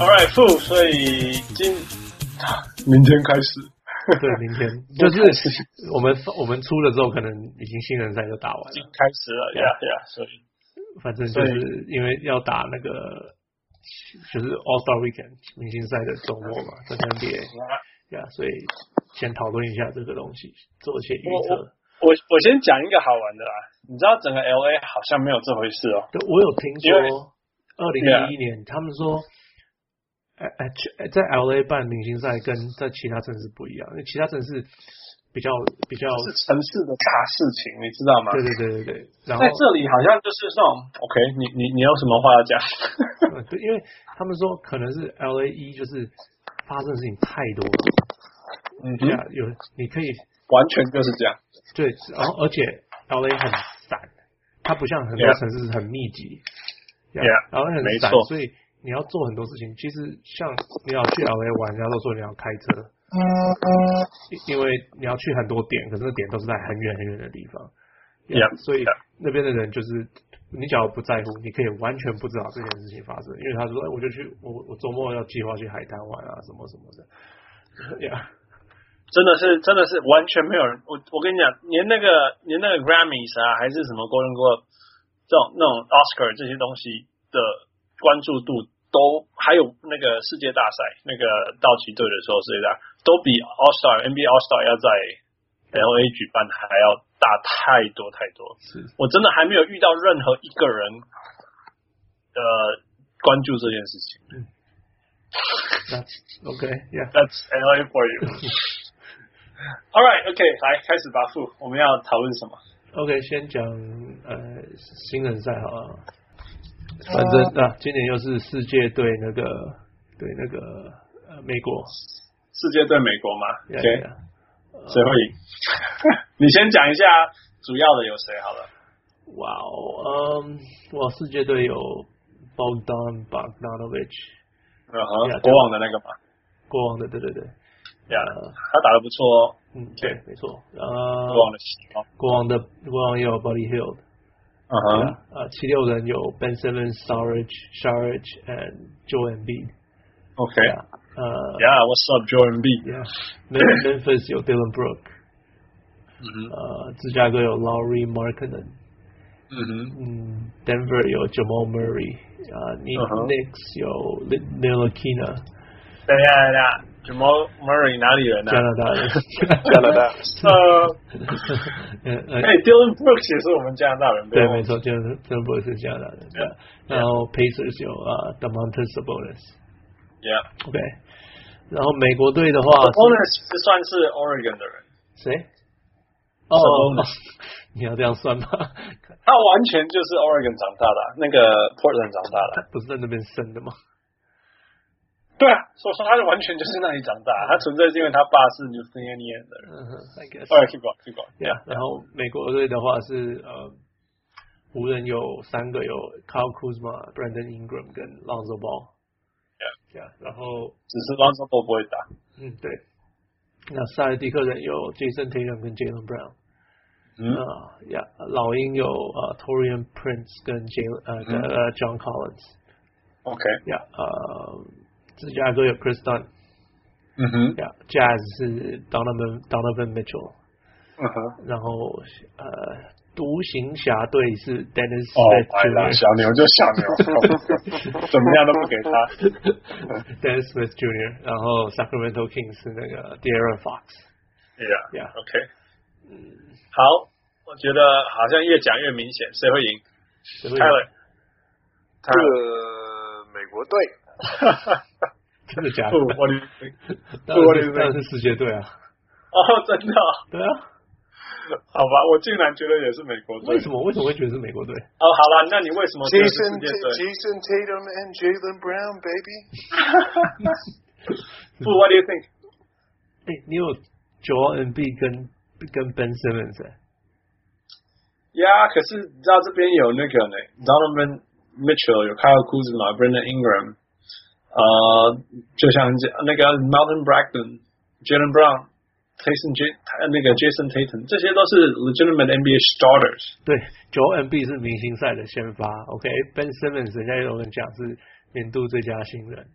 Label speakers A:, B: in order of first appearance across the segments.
A: Alright, Fu，所以今明天开始，
B: 对，明 天就是我们我们出了之后，可能已经新人赛就打完
A: 已经
B: 了，
A: 开始了呀呀，所以
B: 反正就是因为要打那个就是 All Star Weekend 明星赛的周末嘛，这个 NBA 呀，所以先讨论一下这个东西，做一些预测。
A: 我我先讲一个好玩的啦，你知道整个 L A 好像没有这回事哦，
B: 对，我有听
A: 因为啊
B: 说，二零一一年他们说，哎哎，去哎在 L A 办明星赛跟在其他城市不一样，因为其他城市比较比较，
A: 是城市的大事情，你知道吗？
B: 对对对对对，然后
A: 在这里好像就是这种，OK，你你你有什么话要讲？
B: 呃对，因为他们说可能是 L A 一就是发生的事情太多了，
A: 嗯
B: 对
A: 哼
B: 啊，，有你可以
A: 完全就是这样。
B: 对，然后而且 L A E 很散，它不像很多
A: Yeah.
B: 城市很密集
A: Yeah，
B: 然后很
A: 没
B: 散
A: 错，
B: 所以你要做很多事情。其实像你要去 L A 玩，人家都说你要开车，因因为你要去很多点，可是那点都是在很远很远的地方
A: Yeah，
B: 所以
A: yeah
B: 那边的人就是你只要不在乎，你可以完全不知道这件事情发生，因为他说，哎，我就去，我我周末要计划去海滩玩啊，什么什么的，呀、
A: 真的是，真的是完全没有人。我我跟你讲，连那个连那个 Grammys 啊，还是什么 Golden Globe 这种那种 Oscar 这些东西的关注度都，还有那个世界大赛，那个道奇队的时候世界大赛都比 All Star NBA All Star 要在 L A 举办还要大太多太多。
B: 是
A: 我真的还没有遇到任何一个人呃关注这件事情。
B: 那 OK 呀、yeah.。
A: That's LA for you. All right, OK，来开始吧，付，我们要讨论什么？
B: OK，先讲呃新人赛好了，反正啊，今年又是世界对那个对那个呃美国
A: 世界对美国吗
B: 呀
A: ？OK，
B: 呀
A: 谁会赢？ 你先讲一下主要的有谁好了。
B: 哇哦，嗯，哇，世界队有 Bogdan Bogdanovic
A: 嗯哼，
B: Uh-huh Yeah，
A: 国王的那个嘛，
B: 国王的，对对对，
A: 呀，
B: 呃
A: 他打的不错哦，
B: 嗯，对，没错，
A: 国
B: 呃，
A: 王的希望。
B: 国王的国王也有 Buddy Hill，
A: 嗯
B: 对
A: 哼
B: 啊，呃，七六人有 Ben Simmons、Sarge、Sarge and Joel Embiid，
A: ，OK，
B: 对啊呃
A: Yeah，What's up, Jordan B？
B: Yeah. Mem- Memphis 有 Dylan Brook，
A: 嗯哼，
B: 呃，芝加哥有 Laurie Markkinen，
A: 嗯哼，
B: 嗯，Denver 有 Jamal Murray，呃，Knicks
A: 嗯哼
B: Knicks 有 n i l a k i n a
A: 等一下，等一下，Jamal Murray 哪里人啊呢
B: 加？ 拿大人，
A: 加 拿大。 呃，
B: 呃呃
A: 哎，Dylan Brooks 也是我们加拿大人，不，
B: 对
A: 要
B: 没
A: 忘记
B: 错，就是 Dylan Brook 是加拿大人，对
A: Yeah.。
B: 然后 Pacers 有呃 Demontis Sabonis，OK，
A: ，Yeah。
B: 然后美国队的话
A: Bonus 是算是 Oregon 的人，
B: 是谁？哦
A: Sabonis，
B: 你要这样算吗？
A: 他完全就是 Oregon 长大的啊，那个 Portland 长大
B: 他
A: 的啊。
B: 不是在那边生的吗？
A: 对啊，所以说他就完全就是那里长大，啊 他存在是因为他爸是 New Zealand 的人。
B: 嗯哼，I guess。
A: Alright，keep going，keep going。
B: 对啊，然后美国队的话是呃，湖人有三个有 Kyle Kuzma、Brandon Ingram 跟 Lonzo Ball。对啊，然后
A: 只是 Lonzo Ball 不会打。
B: 嗯对，那塞尔蒂克人有 Jason Tatum 跟 Jalen Brown。
A: 嗯
B: 啊呀，老鹰有呃 Torian Prince 跟 Jalen 呃
A: 嗯
B: 跟呃 John Collins。
A: ，OK，
B: 呀呃，芝加哥有 Chris Dunn。
A: 嗯哼，
B: 呀，Jazz 是 Donovan Donovan Mitchell。
A: 嗯哼。
B: 然后呃，独行侠队是 Dennis
A: 哦，
B: Smith
A: 来了，
B: Jr.
A: 小牛就小 牛，怎么样都不给他。
B: Dennis Smith Jr.，然后 Sacramento Kings 是那个 De'Aaron Fox。Yeah
A: Yeah，OK，好，我觉得好像越讲越明显，谁会赢
B: 对不对？
A: ？Tyler，
C: 这个美国队，
B: 真的假的
A: 不，？哦我
B: 当然
A: 不
B: 是
A: 我
B: 当然是世界队啊！
A: 哦，真的哦、
B: 对啊，
A: 好吧，我竟然觉得也是美国队。
B: 为什么为什么会觉得是美国队？
A: 哦，好了，那你为什么觉得是
C: Jason
A: 世界队？
C: Jason Tatum and Jalen Brown baby，
A: 不，What do you think？
B: 哎，你有 Joel Embiid 跟跟 Ben Simmons，哎
A: 呀，可是你知道这边有那个呢，Donovan Mitchell，有 Kyle Kuzma、Brandon Ingram，呃，就像这那个 Melvin Bragdon、Jalen Brown、Jason J 那个 Jason Tatum，这些都是 legitimate NBA starters。
B: 对，Joel Embiid 是明星赛的先发，OK，Ben Simmons 人家有人讲是年度最佳新人，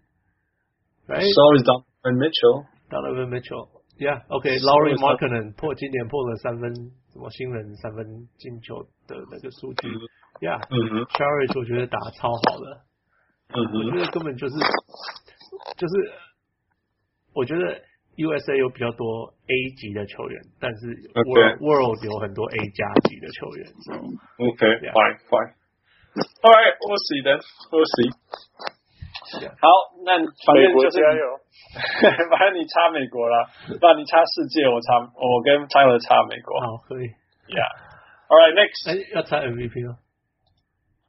B: ，right？
A: Sorry, Donovan Mitchell.
B: Donovan Mitchell，Yeah，OK，Laurie
A: Sorry,
B: m a r k e n 破今年破了三分，什么新人三分进球的那个数据
A: 嗯哼，
B: ，Yeah，Charles 我觉得打超好的，
A: 嗯
B: 我觉
A: 哼，
B: 得根本就是就是，我觉得 USA 有比较多 A 级的球员，但是
A: OK
B: World World 有很多 A 加级的球员，so
A: Okay,
B: Yeah.
A: fine, fine. All right, we'll see then. We'll see.
B: Yeah.
A: 好，那反
C: 美
A: 正
C: 国
A: 就是
C: 加油！
A: 反正你插美国啦，那你插世界，我插我跟 Tyler 插美国。
B: 好可以，
A: Yeah. All right, next.
B: 哦哎，要猜 MVP 吗？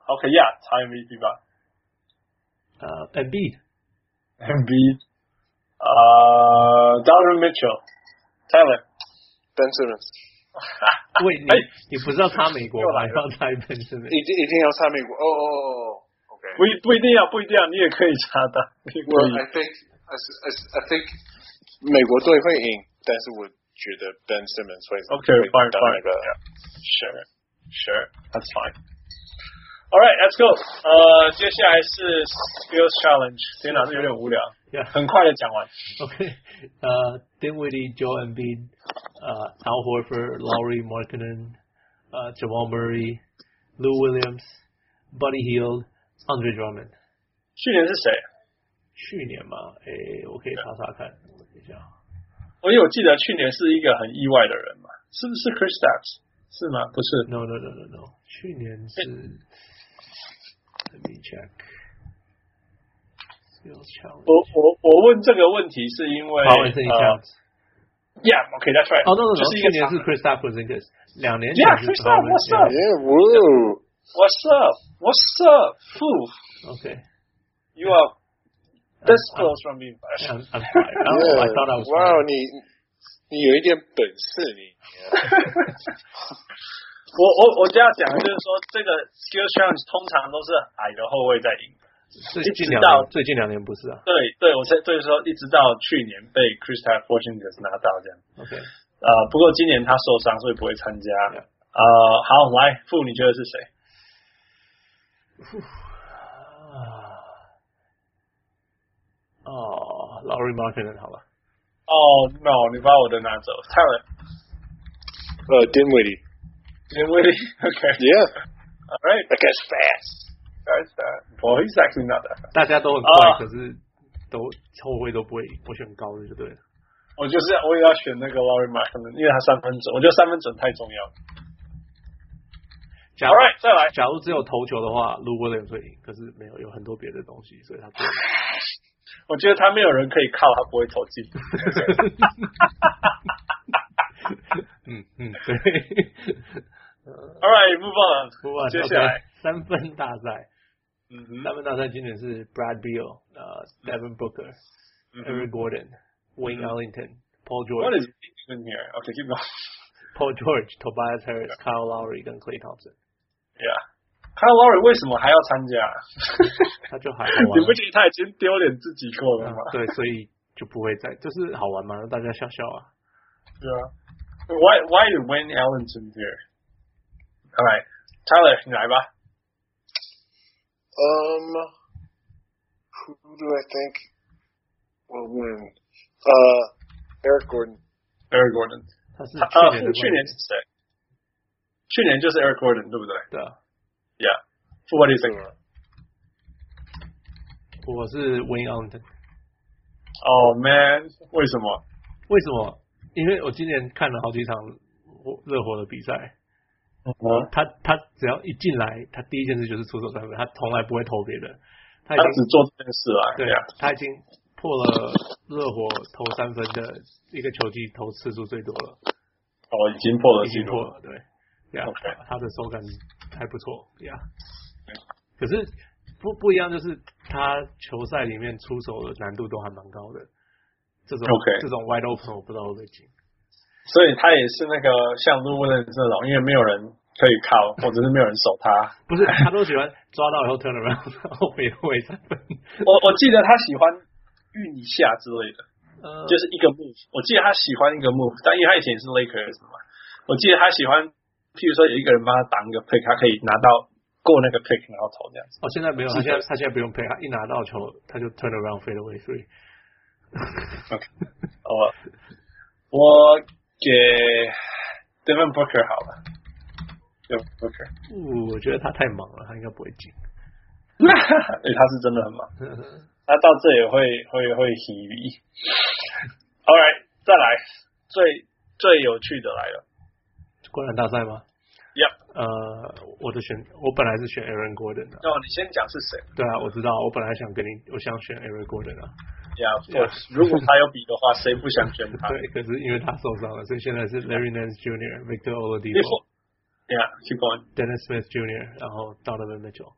A: Okay, yeah, 插 MVP 吧。
B: 呃，NB
A: MVP，呃，Donovan Mitchell，Tyler。
C: Ben Simmons
B: 喂，你
A: 哎
B: 你不是要插美国
A: 又来
B: 吗？你
A: 了嗯
B: 要插 Ben s i m
C: 一定一定要插美国。哦哦哦哦，OK。
A: 不一不一定要，不一定要，啊你也可以插的。你也可以
C: Well, I think I I I think 美国队会赢，但是我觉得 Ben Simmons 会
A: Okay,
C: 会
A: fine,
C: 当
A: fine.
C: 那个
A: Yeah. Sure, sure, that's fine. All right, let's go. 呃，接下来是 Skills Challenge。天哪，这有点无聊，
B: Yeah，OK，
A: 很快的讲完。
B: 呃，Dinwiddie、Joe Embiid、呃，Al Horford、Laurie Markkinen、呃，Jamal Murray、Lou Williams、Buddy Hield、Andre Drummond。
A: 去年是谁？啊
B: 去年嘛，诶，我可以查查看，我等一下。
A: 我有记得去年是一个很意外的人嘛，是不是 Chris Stapps？是吗？不是，
B: No no no no no，去年是，Let me check。Skills challenge。
A: 我我我问这个问题是因为
B: 好，我剩一下
A: 呃。Yeah, okay, that's right.
B: 哦，no no
A: 就
B: no，
A: 是一
B: 去
A: 个
B: 年
A: 常
B: 是 Chris t a p p e r 那个，两年前
A: Yeah,
B: 是
A: Chris
B: Drummond，
A: Stapps，what's
B: yeah.
A: up？
C: Yeah, whoa.
A: What's up? What's up? Foo,
B: Okay.
A: you are this
B: I'm-
A: close from being bad.
B: I'm I'm sorry. Oh, I thought I was. right.
C: Wow, 你你有一点本事，你
A: 我我我这样讲就是说，这个 skill challenge 通常都是矮的后卫在赢。
B: 最
A: 一
B: 近
A: 直
B: 两
A: 到
B: 年，最近两年不是啊。
A: 对对，我才对说，一直到去年被 Chris t a p p o r t u n e s 拿到这样。
B: OK，
A: 呃，不过今年他受伤，所以不会参加。
B: Yeah.
A: 呃，好，来，傅，你觉得是谁？
B: 啊，哦，Laurie Martin 好吧。
A: 哦、no，你把我的拿走，Tyler，
C: 呃 d i n w i d d i e
A: 你 really，OK，all
C: Yeah,
A: right，
C: that guy's fast.
A: that's that. Well, he's actually not that.
B: 大家都很
A: 啊
B: 快，可是都后卫都不会不选高的就对了。
A: 我就是要我也要选那个 Laurie m a r k 因为他三分准，我觉得三分准太重要了。
B: 假
A: All right，再来。
B: 假如只有投球的话，如果人会赢，可是没有有很多别的东西，所以他 不会 赢。
A: 我觉得他没有人可以靠，他不会投 进。
B: 嗯嗯，对。
A: All right, move on.
B: 不过
A: 接下来
B: OK，三分大赛，
A: 嗯哼，
B: 三分大赛今年是 Brad Beal、呃 Devin Booker、
A: 嗯
B: Eric Gordon、Wayne Ellington、Paul
A: What
B: George
A: is in here? Okay, keep going.
B: Paul George、Tobias Harris、Kyle Lowry 跟 Clay Thompson，
A: Yeah. Kyle Lowry 为什么还要参加？
B: 他 就还好玩
A: 你不觉得他已经丢脸自己过了
B: 啊
A: 吗？
B: 对，所以就不会再就是好玩嘛，让大家笑笑啊。
A: 对啊。Why Why is Wayne Ellington here? All right, Tyler，你来吧。
C: Um, who do I think will win? Uh, Eric Gordon.
A: Eric Gordon。
B: 他是
A: 他啊，
B: 去年的
A: 傅去
B: 冠
A: 年是
B: 军
A: 谁？去年就是 Eric Gordon，对不对
B: 对啊，
A: ？Yeah. 傅，What do you
B: 嗯
A: think?
B: 我是 Wayne Ellington。
A: Oh man，为什么？
B: 为什么？因为我今年看了好几场热火的比赛，
A: 嗯
B: 他他只要一进来，他第一件事就是出手三分，他从来不会投别的。他已
A: 他
B: 经
A: 只做这件事啊。
B: 对
A: Yeah.
B: 他已经破了热火投三分的一个球季投次数最多了，
A: 哦，已经破了
B: 已
A: 记
B: 经
A: 录
B: 破
A: 了。
B: 了。对，呀
A: OK
B: 他的手感还不错，呀。可是不不一样，就是他球赛里面出手的难度都还蛮高的，这种
A: OK
B: 这种 wide open 我不知道会不会进。
A: 所以他也是那个像路问的这种，因为没有人可以靠，或者是没有人守 他。
B: 不是，他都喜欢抓到以后 turn around，然后回回三分。
A: 我我记得他喜欢运一下之类的，
B: 呃，
A: 就是一个 move。我记得他喜欢一个 move，但因为他以前也是 Lakers 嘛，我记得他喜欢，譬如说有一个人帮他挡一个 pick，他可以拿到过那个 pick，然后投这样子。
B: 哦，现在没有，
A: 是
B: 他现
A: 的
B: 在他现在不用配，他一拿到球他就 turn around fade away three。
A: 我呃我给 Devin Booker 好了，Devin Booker，
B: 嗯我觉得他太忙了，他应该不会进。
A: 因为他是真的很忙，他到这里会会会洗鱼。All right，再来最最有趣的来了
B: 灌篮大赛吗？
A: ，Yep，
B: 呃，我的选，我本来是选 Aaron Gordon 的、
A: 那哦你先讲是谁
B: 对啊，我知道，我本来想跟你，我想选 Aaron Gordon 啊，
A: ？Yeah，of
B: Yeah.
A: course 如果他有比的话，谁不想选他？
B: 对，可是因为他受伤了，所以现在是 Larry Nance Jr.、Victor
A: 你
B: Oladipo
A: 说、，Yeah，keep going。
B: d e n n i s Smith Jr.，然后 Donovan Mitchell。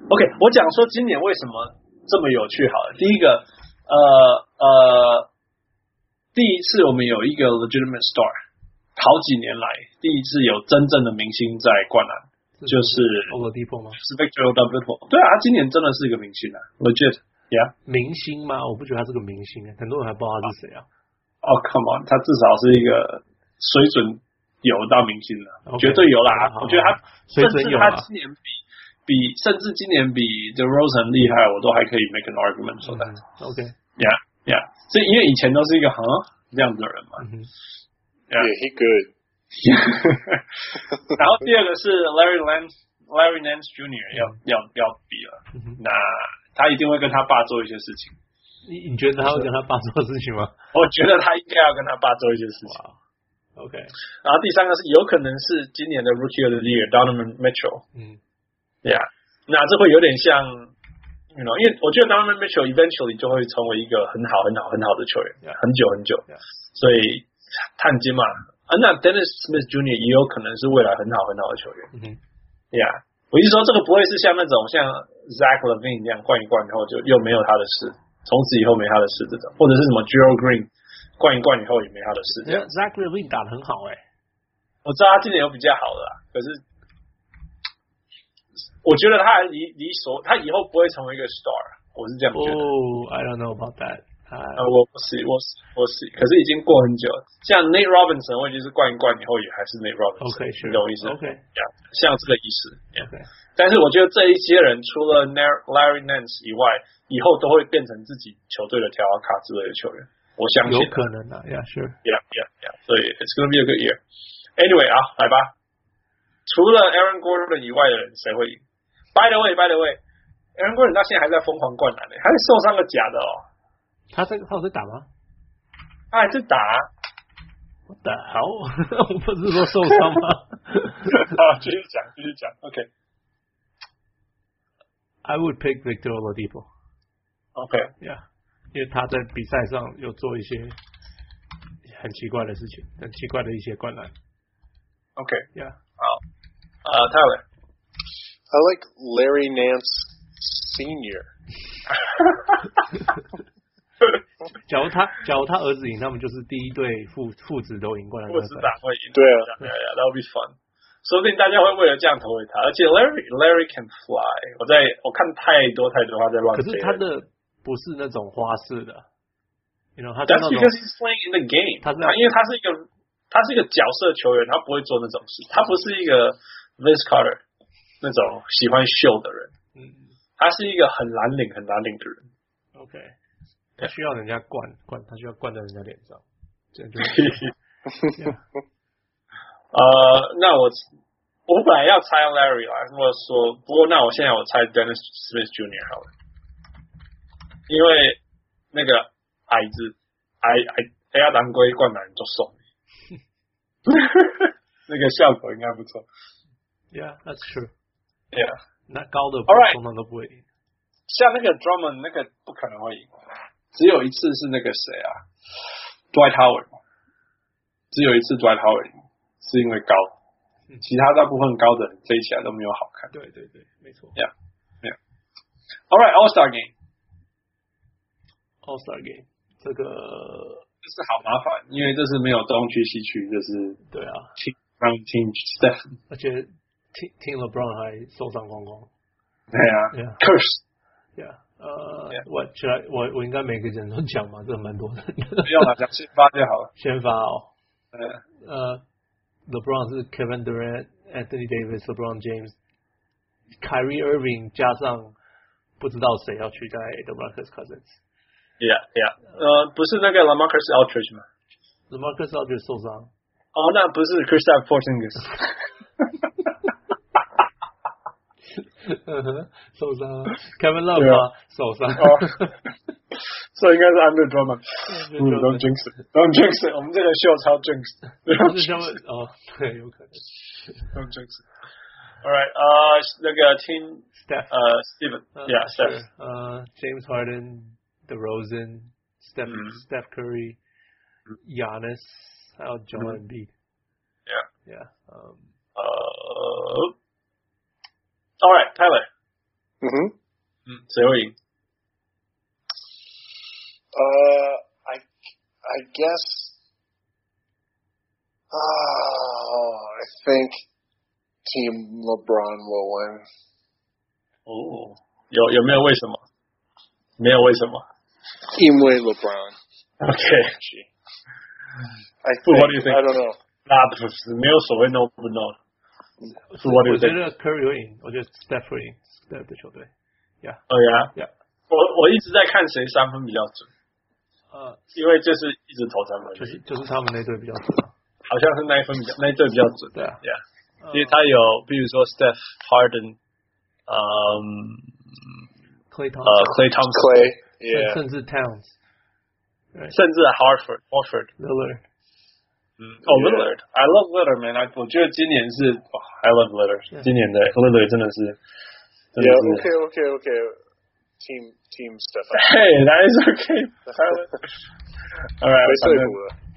A: OK，我讲说今年为什么这么有趣好了。第一个，呃呃，第一次我们有一个 legitimate star，好几年来第一次有真正的明星在灌篮，就是
B: Oladipo 吗？
A: 是 Victor Oladipo。对啊，他今年真的是一个明星啊，legit，yeah。
B: 明星吗？我不觉得他是个明星，很多人还不知道他是谁啊。
A: 哦、c o m e on，他至少是一个水准有到明星了
B: OK，
A: 绝对有啦。
B: 好
A: 我觉得他
B: 水
A: 甚至
B: 准有
A: 他
B: 啊
A: 今年比比甚至今年比 The Rose 很厉害，我都还可以 make an argument 说他。
B: 嗯 OK，
A: Yeah, yeah. 所以因为以前都是一个哼嗯这样子的人 嘛。
B: 嗯哼
C: Yeah, he good.
A: 然后第二个是 Larry Nance Larry Nance Jr. 要要要比了，
B: 嗯哼，
A: 那他一定会跟他爸做一些事情。
B: 你你觉得他会跟他爸做事情吗？
A: 我觉得他应该要跟他爸做一些事情。
B: 哇，OK，
A: 然后第三个是有可能是今年的 Rookie of the Year Donovan Mitchell。
B: 嗯
A: Yeah，那这会有点像。You know, 因为我觉得 Donovan Mitchell eventually 就会成为一个很好、很好、很好的球员
B: Yeah.
A: 很久很久。
B: Yeah.
A: 所以探金嘛，啊，那 Dennis Smith Jr. 也有可能是未来很好很好的球员。
B: 嗯哼。
A: Yeah，我是说这个不会是像那种像 Zach Levine 那样灌一灌以后就又没有他的事，从此以后没他的事这种，或者是什么 Gerald Green 灌一灌以后也没他的事这样。
B: Zach Levine 打的很好
A: 欸
B: 哎、
A: 我知道他今年有比较好的啦，可是我觉得他还离离所他以后不会成为一个 star，我是这样
B: 哦、
A: 觉得。
B: i don't know about that 啊、
A: 呃，我不是，我是我是，可是已经过很久了。像 Nate Robinson，我已经是灌一灌以后也还是 Nate Robinson，
B: OK，是
A: 你懂我意思
B: OK
A: 呀像这个意思。Yeah.
B: OK，
A: 但是我觉得这一些人除了 Nar- Larry Nance 以外，以后都会变成自己球队的条卡之类的球员，我相信
B: 有
A: 啊。
B: 可能啊，Yeah sure，
A: Yeah, yeah, yeah. 所以 it's gonna be a good year. Anyway 啊，来吧。除了 Aaron Gordon 以外的人，谁会赢？By the way, by the way, Aaron Gordon 到现在还在疯狂灌篮呢，还是受伤个假的哦，
B: 他在他有在打吗？
A: 他还是打啊、
B: 我打好， 我不是说受伤吗
A: 好，继续讲，继续讲。OK，OK，、
B: ？I would pick Victor Oladipo，Yeah，因为他在比赛上有做一些很奇怪的事情，很奇怪的一些灌篮
A: OK，
B: ，Yeah，
A: 好。呃，泰伟，
C: I like Larry Nance Senior.
B: 假如他假如他儿子赢，他们就是第一对父父子都赢冠
A: 我
B: 篮
A: 知
B: 大
A: 道
B: 赛。
A: 会赢。
C: 对啊
A: 对啊，That will be fun。说不定大家会为了这样投给他，而且 Larry Larry can fly。我在我看太多太多他在乱
B: 可
A: 飞
B: 是
A: 了。
B: 他的不是那种花式的，你 you know 他是
A: That's
B: 那种
A: because he's playing in the game
B: 他是
A: 他因为他是一个他是一个角色球员，他不会做那种事，他不是一个 Vince Carter 那种喜欢秀的人，
B: 嗯
A: 他是一个很蓝领很蓝领的人。
B: OK，他需要人家灌灌，他需要灌在人家脸上，这 样就 Yeah
A: 呃，那我我本来要猜 Larry 啦，我说，不过那我现在我猜 Dennis Smith Jr. 好了，因为那个矮子矮矮矮亚当龟灌篮就送你， 那个效果应该不错。
B: Yeah that's true。
A: Yeah，
B: 那高的
A: All right
B: 通常都不会赢。
A: 像那个 Drummond 那个不可能会赢，只有一次是那个谁啊，Dwight Howard，只有一次 Dwight Howard 是因为高，其他大部分高的人飞起啊来都没有好看。
B: 对对对，没错。
A: All right, All Star Game。
B: All Star Game 这个
A: 这是好麻烦，因为这是没有东区西区，就是
B: 对啊，
A: team round team step，
B: 而且听听 LeBron 还受伤光光。
A: 对啊
B: Yeah
A: ，curse，
B: Yeah，呃
A: Yeah，
B: 我起来我我应该每个人都讲嘛，这蛮多的。
A: 不要拿奖先发就好了。
B: 先发哦，
A: 呃
B: 呃，LeBron 是 Kevin Durant、Anthony Davis、LeBron James、Kyrie Irving 加上不知道谁要取代 DeMarcus Cousins。
A: Yeah, yeah. 呃，不是那个 Lamarcus Aldridge 吗？
B: 怎么克斯奥觉得受伤？
A: 哦，那不是 Kristaps Porzingis。
B: 嗯哼受伤啊，Kevin Love
A: 对啊
B: 吗？受伤。
A: 哦所以应该是 Andre Drummond。嗯，Don't
B: Drummond
A: jinx it，Don't jinx it。我们这个秀超 jinx。
B: 不 是像哦，对，有可能。
A: Don't jinx it。All right，呃，那个听
B: Steph，
A: 呃
B: 嗯
A: Steven，Yeah Steph，
B: sure，呃，James uh, Harden，The Rosen，Steph
A: 嗯
B: Steph
A: Mm-hmm.
B: Curry，Yanis，还有 Joel Embiid。Yeah，嗯，um,
A: 呃，All right，Tyler，
C: 嗯
A: Mm-hmm.
C: 哼。
A: 嗯，谁会赢？
C: Uh, I I guess. Oh, I think Team LeBron will win.
A: 哦，有有没有为什么？没有为什么。
C: Team way LeBron.
A: OK，
C: I
A: So
C: think,
A: what do you think?
C: I don't know.
A: 那不是没有所谓 no 不 no。So what do
B: 我
A: you
B: 觉
A: think？
B: 得 Curry 会赢，我觉得 Steph 会赢，Steph 的球队。
A: 对呀
B: Yeah，
A: 我我一直在看谁三分比较准，
B: 呃，
A: 因为就是一直投三分，
B: 就是就是他们那队比较准啊。
A: 好像是那一分比较那一队比较准。
B: 对啊，
A: Yeah，
B: 呃
A: 因为他有比如说 Steph Harden，嗯
B: ，Clay
A: 呃
B: Thompson，
A: Clay uh, Thompson，
C: Clay.
B: 甚
C: Yeah.
B: 甚至 Towns，
A: 甚至 Harford Harford。
B: Lillard，
A: 嗯，哦
C: Yeah.
A: Lillard，I love Oh, Lillard man，I 我觉得今年是哇 I love Lillard，
B: Yeah.
A: 今年的 Lillard 真的是真的
C: Yeah.
A: 是
C: Okay. Okay. Okay. Team Team Stefan.
A: Hey, that is okay. Tyler. All right，反正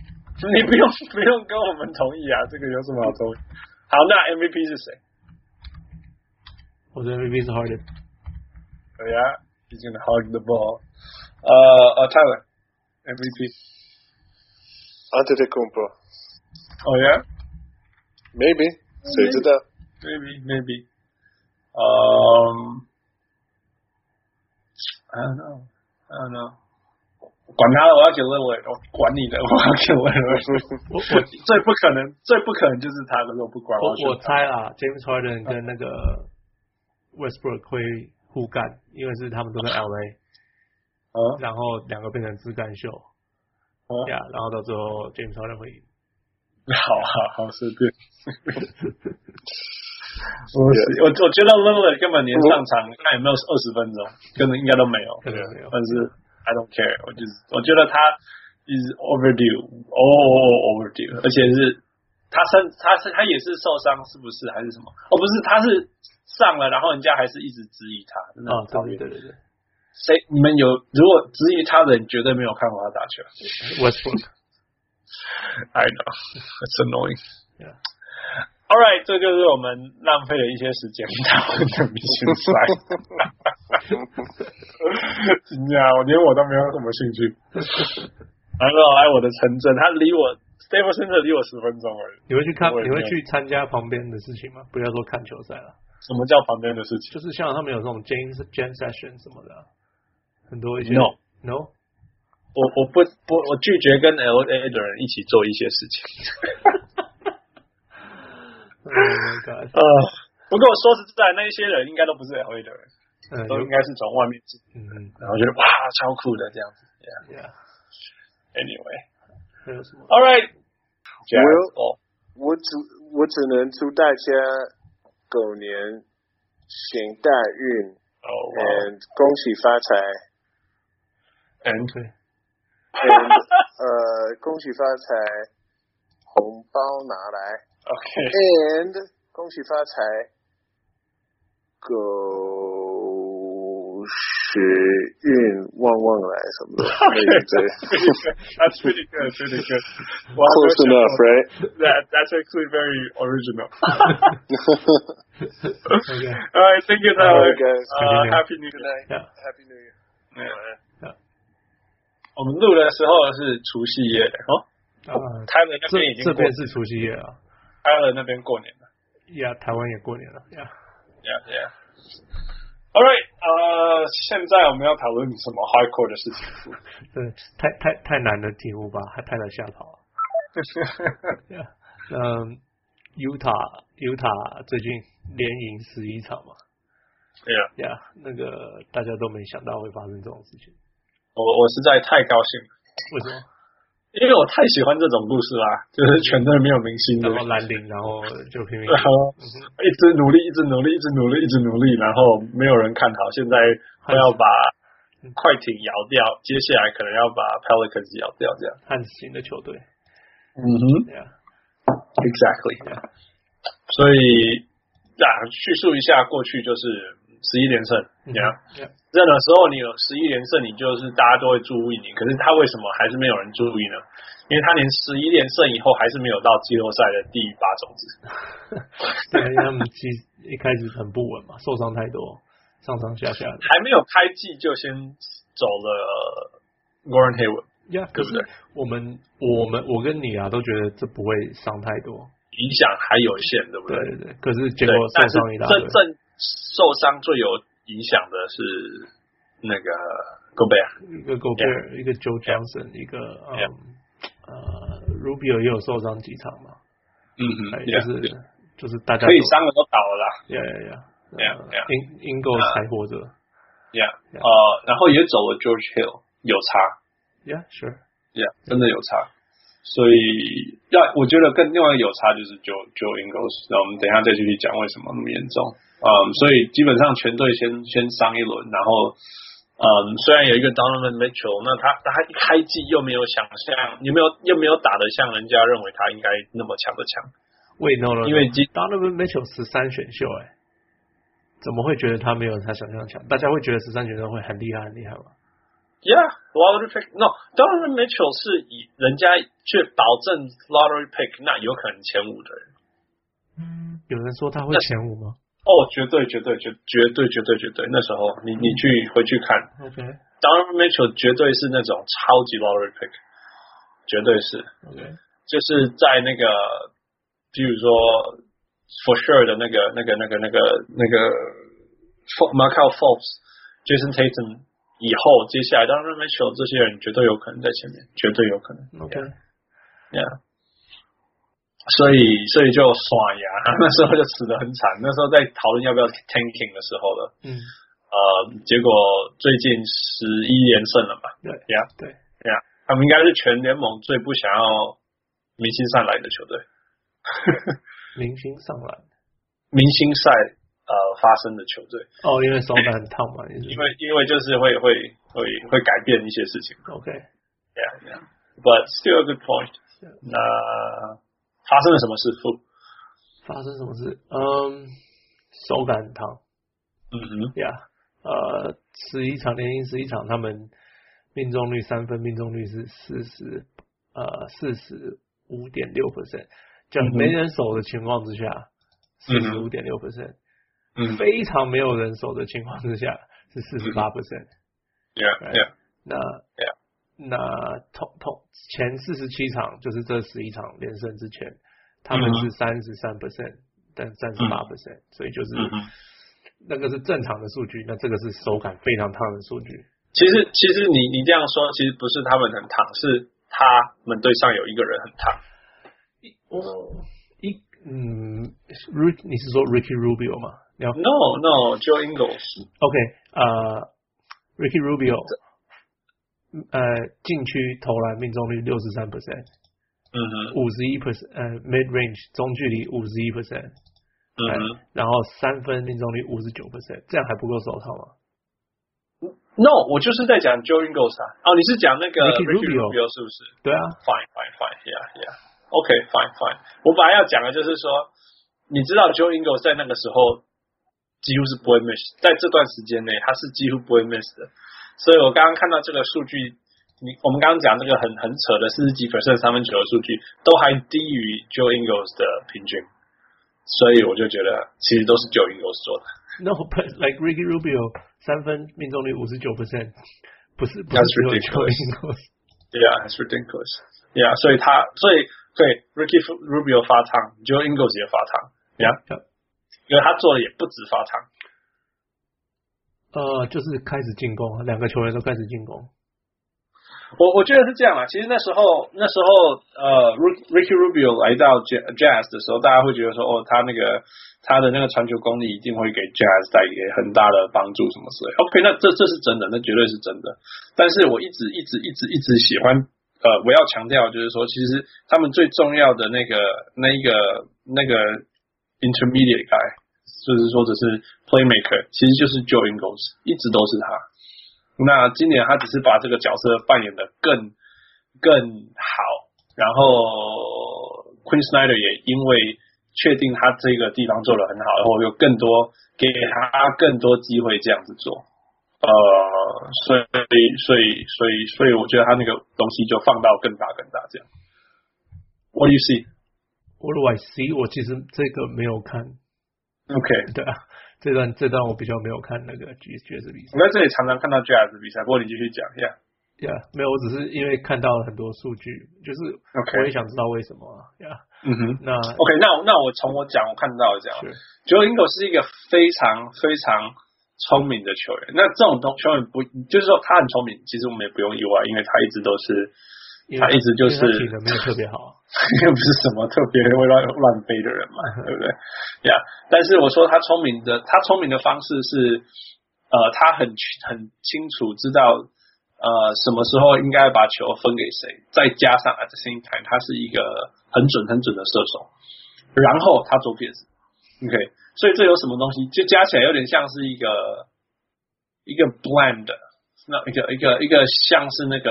A: 你不用不用跟我们同意啊，这个有什么好同意？好，那 MVP 是谁？
B: 我觉得 MVP 是 Harden。
A: 对呀，He's gonna hog the ball。呃呃，Tyler MVP。
C: Antetokounmpo.
A: 哦呀
C: Maybe. Say to that.
A: ，Maybe Maybe。嗯，I don't know. I don't know. 管他的，我要给 Lillard，我管你的，我要给 Lillard。
B: 我我
A: 最不可能，最不可能就是他的，我不管。
B: 我
A: 要选
B: 我
A: 他
B: 猜啦，James uh, Harden 跟那个 Westbrook 会互干，因为是他们都在 LA，
A: 啊
B: 然后两个变成自干秀，
A: 啊
B: 呀，然后到最后 James Harden 会赢。
A: 好好好，随 便。我我我觉得 Lillard 根本连上场看有没有二十分钟，根本应该都没有，
B: 可能没有
A: 但是 I don't care，我就是我觉得他 is overdue，哦、overdue，而且是他身他是他也是受伤是不是还是什么？哦不是，他是上了，然后人家还是一直质疑他，真的很，哦
B: 啊
A: 讨厌。
B: 对对对对
A: 谁你们有如果质疑他的人绝对没有看过他打球。
B: ，Westbrook。
A: I know, it's annoying.
B: Yeah.
A: All right，这就是我们浪费了一些时间讨论的明星赛。真的啊，我连我都没有什么兴趣。来了，来我的城镇，他离我 Staples Center 离我十分钟而已。
B: 你会去看？
A: 我也
B: 你
A: 没有
B: 会去参加旁边的事情吗？不要说看球赛了，
A: 什么叫旁边的事情
B: 就是像他们有那种 James Jam Session 什么的啊，很多一些
A: No
B: No Oh
A: 我我不不，我拒绝跟 LA 的人一起做一些事情。
B: Oh my God，
A: 呃，不过说实在，那一些人应该都不是 LA 的人，
B: 嗯，
A: 都
B: 有
A: 应该是从外面进，
B: 嗯嗯
A: 然后觉得哇超酷的这样子。Yeah.
B: ，Yeah，
A: Anyway,
B: 还有什么？
A: all 哦 right. Jazz,
C: Will-
A: all.
C: 我只我只能祝大家狗年行大运
A: Oh, wow.
C: and 恭喜发财
A: And
B: 对，
C: and 呃恭喜发财，红包拿来
A: okay.
C: and 恭喜发财，狗屎运旺旺来 什么的，对
A: that's pretty good. Pretty good. Well,
C: ，close
A: that's-
C: enough right？
A: That that's actually very original. All
B: OK，
A: right, thank you,
C: All
A: Tyler.
C: right, guys.
A: Uh, Happy New
C: Good
A: Year.
C: night.
B: Yeah.
C: Happy New Year.
A: 我们录的时候是除夕夜的哦，
B: 啊，
A: 泰勒那
B: 这
A: 边已经
B: 这
A: 过
B: 边，是除夕夜啊，
A: 泰勒那边过年了。
B: 呀，台湾也过年了呀。
A: Yeah, yeah. All right，呃，现在我们要讨论什么 hardcore 的事情？
B: 对，太太太难的题目吧，还太难吓跑了。Yeah，嗯，Utah Utah 最近连赢十一场嘛，
A: 对啊，
B: 呀、那个大家都没想到会发生这种事情。
A: 我我实在太高兴了，
B: 为什么？
A: 因为我太喜欢这种故事啦， 就是全队没有明星的，
B: 然后兰陵，然后就 拼命
A: 然后一直努力，一直努力，一直努力，一直努力，然后没有人看好，现在他要把快艇咬掉，接下来可能要把 Pelicans 咬掉，这样。
B: 汉型的球队，
A: 嗯哼
B: 对啊，
A: ，Exactly
B: 对啊。
A: 所以，啊，叙述一下过去就是十一连胜，
B: 嗯
A: 这样。
B: 对啊
A: 这种时候你有十一连胜，你就是大家都会注意你。可是他为什么还是没有人注意呢？因为他连十一连胜以后还是没有到季后赛的第八种子。
B: 对啊，因为他们其实一开始很不稳嘛，受伤太多，上上下下的。
A: 还没有开季就先走了 Gordon Hayward，
B: 呀，
A: 对不
B: 可是
A: 对
B: 我们我们我跟你啊都觉得这不会伤太多，
A: 影响还有限，对不
B: 对
A: 对？
B: 对对。可是结
A: 对，
B: 果受
A: 但是
B: 伤一大堆
A: 真，正受伤最有影响的是那个 Gobert，
B: 一个
A: 啊
B: Gobert，一个 Joe Johnson，一个嗯
A: Yeah
B: 呃 Rubio 也有受伤几场嘛，
A: 嗯哼
B: 哎就
A: yeah，
B: 是
A: 对
B: 就是大家
A: 可以
B: 都
A: 伤的都倒了啦
B: 呀呀呀
A: Yeah，
B: 呃
A: yeah
B: ，In Ingo
A: 啊
B: 才活着
A: ，Yeah，
B: Yeah
A: 呃，然后也走了 George Hill，有差。
B: ，Yeah，sure，
A: Yeah，真的有差。所以要我觉得更另外一个有差就是 Joe Joe Ingles，那我们等一下再继续讲为什么那么严重。嗯，所以基本上全队先先伤一轮，然后嗯，虽然有一个 Donovan Mitchell，那他他一开季又没有想象，有没有又没有打得像人家认为他应该那么强的强，
B: 喂，no no，
A: 因为今
B: Donovan Mitchell 十三选秀，哎，怎么会觉得他没有他想象强？大家会觉得十三选秀会很厉害很厉害吗？
A: Yeah lottery pick no Donovan Mitchell 是以人家去保证 lottery pick，那有可能前五的人。
B: 有人说他会
A: 那
B: 前五吗
A: 哦，绝对绝对绝绝对绝对绝对，那时候你你去回去看
B: ？OK，
A: ，Donovan Mitchell 绝对是那种超级 lottery pick，绝对是，
B: OK，
A: 就是在那个，比如说 for sure 的那个那个那个那个那个 Fo- Markel Forbes、Jason Tatum 以后，接下来 Donovan Mitchell 这些人绝对有可能在前面，绝对有可能。
B: OK，
A: Yeah. 所以，所以就刷牙，那时候就死得很惨。那时候在讨论要不要 tanking 的时候了，
B: 嗯，
A: 呃，结果最近十一连胜了吧？
B: 对
A: 呀
B: 对，
A: 呀，他们应该是全联盟最不想要明星赛来的球队，
B: 明星上篮
A: 明星赛呃发生的球队，
B: 哦，因为手感很烫 嘛，也是
A: 因为因为就是会会会会改变一些事情。
B: OK，
A: Yeah, yeah. But still a good point. 那发生了什么事？傅，
B: 发生什么事？嗯，手感很烫
A: 嗯哼，
B: 呀呃，十一场连赢十一场，他们命中率三分命中率是四十呃四十五点六 percent，就
A: 嗯哼
B: 没人守的情况之下，四
A: 嗯
B: 十
A: 哼
B: 五点六 percent，
A: 嗯
B: 非常没有人守的情况之下是四十八 percent。
A: ，Yeah, yeah.
B: 那那同同前四十七场就是这十一场连胜之前，他
A: 嗯
B: 们是三十三 percent，但三十八 percent，所以就是
A: 嗯哼。
B: 那个是正常的数据，那这个是手感非常烫的数据。
A: 其实，其实你你这样说，其实不是他们很烫，是他们队上有一个人很烫。
B: 我一嗯，Rick，你是说 Ricky Rubio 吗？你要
A: No, no, Joe Ingles
B: OK 呃，Ricky Rubio 呃禁区投篮命中率六十三 percent，
A: 嗯哼。
B: 五十一 percent 呃 mid range 中距离五十一 percent。
A: 嗯
B: 哎
A: 哼
B: 然后三分命中率五十九 percent，这样还不够手套吗？
A: ，No，我就是在讲 Joe Ingles 啊。哦，你是讲那个
B: Ricky
A: Ricky
B: Rubio
A: Rubio 是不是
B: 对啊，
A: ？Fine, fine, fine, yeah, yeah. OK, fine, fine. 我本来要讲的就是说，你知道 Joe Ingles 在那个时候几乎是不会 miss，在这段时间内他是几乎不会 miss 的。所以我刚刚看到这个数据，你我们刚刚讲这个很很扯的四十几 percent 三分球的数据，都还低于 Joe Ingles 的平均，所以我就觉得其实都是 Joe Ingles 做的。
B: 那我 but like Ricky Rubio 三分命中率五十九 percent，不是不是
A: That's
B: 只有 Joe
A: ridiculous.
B: Ingles
A: Yeah, it's ridiculous. Yeah，所以他所以对 Ricky Rubio 发烫，Joe Ingles 也发烫，Yeah，
B: Yep.
A: 因为他做的也不止发烫。
B: 呃，就是开始进攻，两个球员都开始进攻。
A: 我我觉得是这样啊。其实那时候那时候呃，Ru-，Ricky Rubio 来到 Ja- Jazz 的时候，大家会觉得说，哦，他那个他的那个传球功力一定会给 Jazz 带给很大的帮助什么之类的。OK，那这这是真的，那绝对是真的。但是我一直一直一直一直喜欢，呃，我要强调就是说，其实他们最重要的那个那一个那个 intermediate guy，就是说只是 playmaker，其实就是 Joe Ingles，一直都是他。那今年他只是把这个角色扮演的更更好，然后 Queen Snyder 也因为确定他这个地方做的很好，然后有更多给他更多机会这样子做，呃，所以所以所以所以我觉得他那个东西就放到更大更大这样。What do you see?
B: What do I see？我其实这个没有看，
A: OK，
B: 对啊，这段这段我比较没有看那个爵爵士比赛
A: 我在这里常常看到 Jazz 比赛，不过你继续讲一下。
B: ，Yeah，没有，我只是因为看到了很多数据，就是我也
A: OK，
B: 想知道为什么啊，Yeah，
A: 嗯哼
B: 那
A: ，OK，那我那我从我讲我看到的讲，
B: 是
A: Joe Ingles 是一个非常非常聪明的球员。那这种东球员不就是说他很聪明，其实我们也不用意外，因为他一直都是
B: 因为
A: 他一直就是
B: 因为他体能没有特别好，
A: 又不是什么特别会乱乱飞的人嘛，对不对？呀、但是我说他聪明的，他聪明的方式是，呃，他很很清楚知道，呃，什么时候应该把球分给谁，再加上 at the same time，他是一个很准很准的射手，然后他左撇子，OK，所以这有什么东西，就加起来有点像是一个一个 blend，那一个一个一个像是那个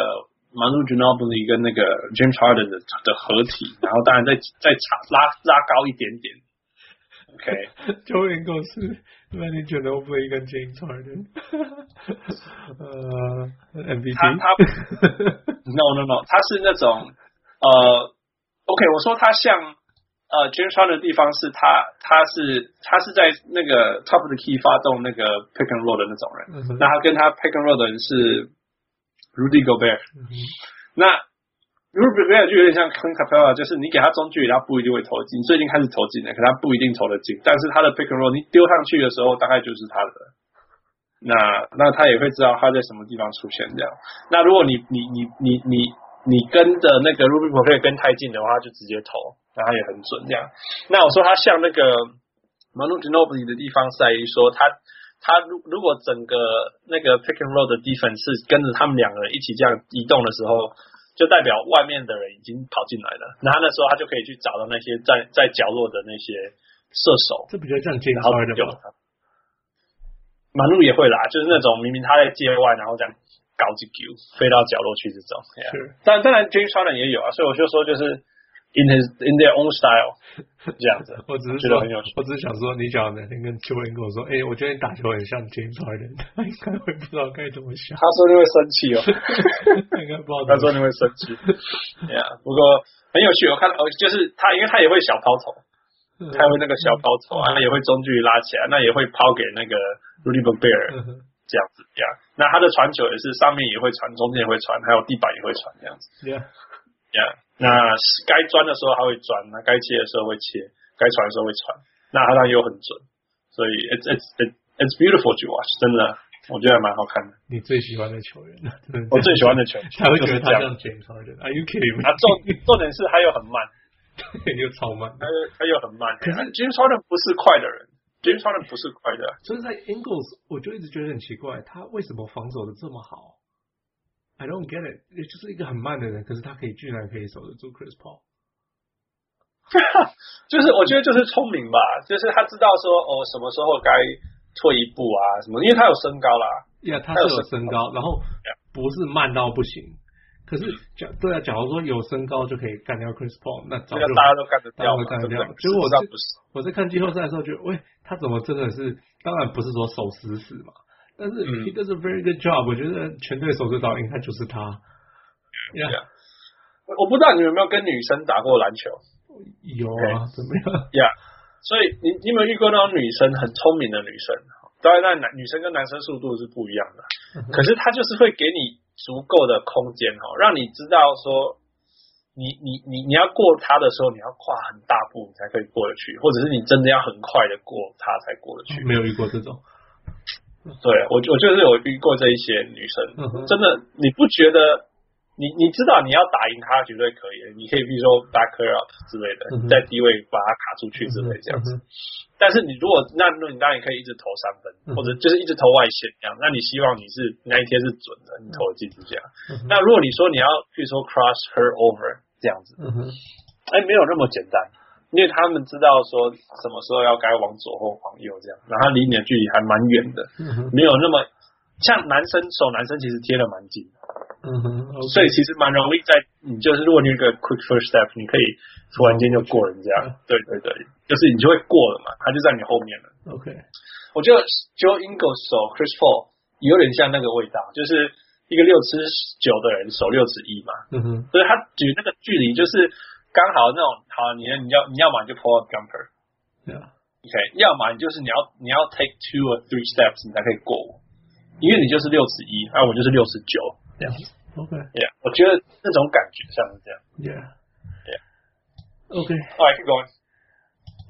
A: Manu Ginobili 跟那个 James Harden 的的合体，然后当然再再差拉拉高一点点。OK，
B: 球员公司 manager 都不会跟 James Harden，呃，MVP，
A: 他
B: 他
A: no no no，他是那种呃，OK，我说他像呃 James Harden 的地方是他他是他是在那个 top of the key 发动那个 pick and roll 的那种人， 那他跟他 pick and roll 的人是 Rudy Gobert，那
B: 嗯
A: Ruby Gobert 就有点像 Clint Capella，就是你给他中距离，他不一定会投进。你最近开始投进了，可他不一定投得进。但是他的 pick and roll，你丢上去的时候，大概就是他的。那那他也会知道他在什么地方出现这样。那如果你你你你你你跟着那个 Ruby Gobert 跟太近的话，他就直接投，那他也很准这样。那我说他像那个 Manu Ginobili 的地方是在于说他。他如如果整个那个 pick and roll 的 defense 是跟着他们两个人一起这样移动的时候，就代表外面的人已经跑进来了。那他那时候他就可以去找到那些在在角落的那些射手，
B: 这比较像 James
A: 然后
B: Harden
A: 就
B: 吧？
A: 马路也会啦，就是那种明明他在界外，然后这样搞几球飞到角落去这种。对啊
B: 是
A: 但当然 James Harden 也有啊，所以我就说就是 in his in their own style 这样子。
B: 我只是
A: 觉
B: 说
A: 得很有趣，
B: 我只是想说，你讲哪天跟球员跟我说，哎、我觉得你打球很像 James Harden，他 应该会不知道该怎么 想
A: 他，说就会生气哦。
B: 他应该不知道
A: 他
B: 怎
A: 说
B: 么
A: 你会生 气。对啊，不过很有趣，我看到哦就是他，因为他也会小抛投，
B: 想。
A: 他会那个小抛投啊，他也会中距离拉起来，那也会抛给那个 Rudy Gobert
B: 嗯哼
A: 这样子呀。那他的传球也是上面也会传，中间也会传，还有地板也会传这样子
B: Yeah，
A: 呀。那该钻的时候他会钻，那该切的时候会切，该传的时候会传，那他当然又很准，所以 it's it's it's it's beautiful to watch，真的，我觉得还蛮好看的。
B: 你最喜欢的球员，真的
A: 我最喜欢的球员
B: 他会
A: 就
B: 觉
A: 是
B: 得
A: 这
B: 他
A: 样
B: 像 James Harden，Are you kidding
A: 啊， 重重点是他又很慢。
B: me？又超慢
A: 他，又他又很慢。呃
B: 可是
A: James Harden 不是快的人，James Harden 不是快的。
B: 所以在 Ingles 我就一直觉得很奇怪，他为什么防守的这么好？I don't get it，也就是一个很慢的人，可是他可以居然可以守得住 Chris Paul。
A: 就是我觉得就是聪明吧，就是他知道说哦什么时候该退一步啊什么，因为他有身高啦。
B: 呀，他
A: 他有
B: 是有
A: 身
B: 身高，然后不是慢到不行。可是假对啊，假如说有身高就可以干掉 Chris Paul，那早
A: 这
B: 就
A: 个大家都干得掉嘛，
B: 大哦家都干得
A: 对
B: 掉
A: 不对
B: 结果我
A: 事实上
B: 是
A: 不是，
B: 我在看季后赛的时候觉得，喂，他怎么真的是？当然不是说手死死嘛，但是
A: 嗯
B: he does a very good job。我觉得全队手最早应该就是他。呀
A: Yeah 我我不知道你们有没有跟女生打过篮球
B: 有啊，怎么样？
A: 呀所以你你有没有遇过那种女生很聪明的女生？当然，那男女生跟男生速度是不一样的，
B: 嗯
A: 可是他就是会给你足够的空间哦，让你知道说，你你你你要过他的时候，你要跨很大步你才可以过得去，或者是你真的要很快的过他才过得去。
B: 哦没有遇过这种。
A: 对我我就是有遇过这一些女生
B: 嗯哼，
A: 真的你不觉得？你你知道你要打赢他绝对可以，你可以比如说 back her up 之类的，
B: 嗯哼
A: 在低位把他卡出去之类这样子。但是你如果那那你当然可以一直投三分，
B: 嗯
A: 或者就是一直投外线这样。那你希望你是那一天是准的，你投得进去这样。
B: 嗯哼
A: 那如果你说你要比如说 cross her over 这样子，
B: 嗯哼，
A: 哎，没有那么简单，因为他们知道说什么时候要该往左或往右这样，然后离你的距离还蛮远的，
B: 嗯哼，
A: 没有那么像男生手男生其实贴的蛮紧的，
B: 嗯哼，OK，
A: 所以其实蛮容易在你就是如果你有一个 quick first step，你可以突然间就过人家，
B: 嗯
A: 对对对，就是你就会过了嘛，他就在你后面了。
B: OK，
A: 我觉得 Joe Ingles 手 Chris Paul 有点像那个味道，就是一个六尺九的人手六尺一嘛，
B: 嗯哼，
A: 所以他举那个距离就是刚好那种，好，你你要你要么你就 pull up jumper，
B: 对啊，
A: OK，要么你就是你要你要 take two or three steps 你才可以过我，因为你就是六十一，而我就是六十九，
B: 这样，OK，
A: 对我觉得那种感觉像是这样。
B: Yeah，OK，
A: All right, keep going.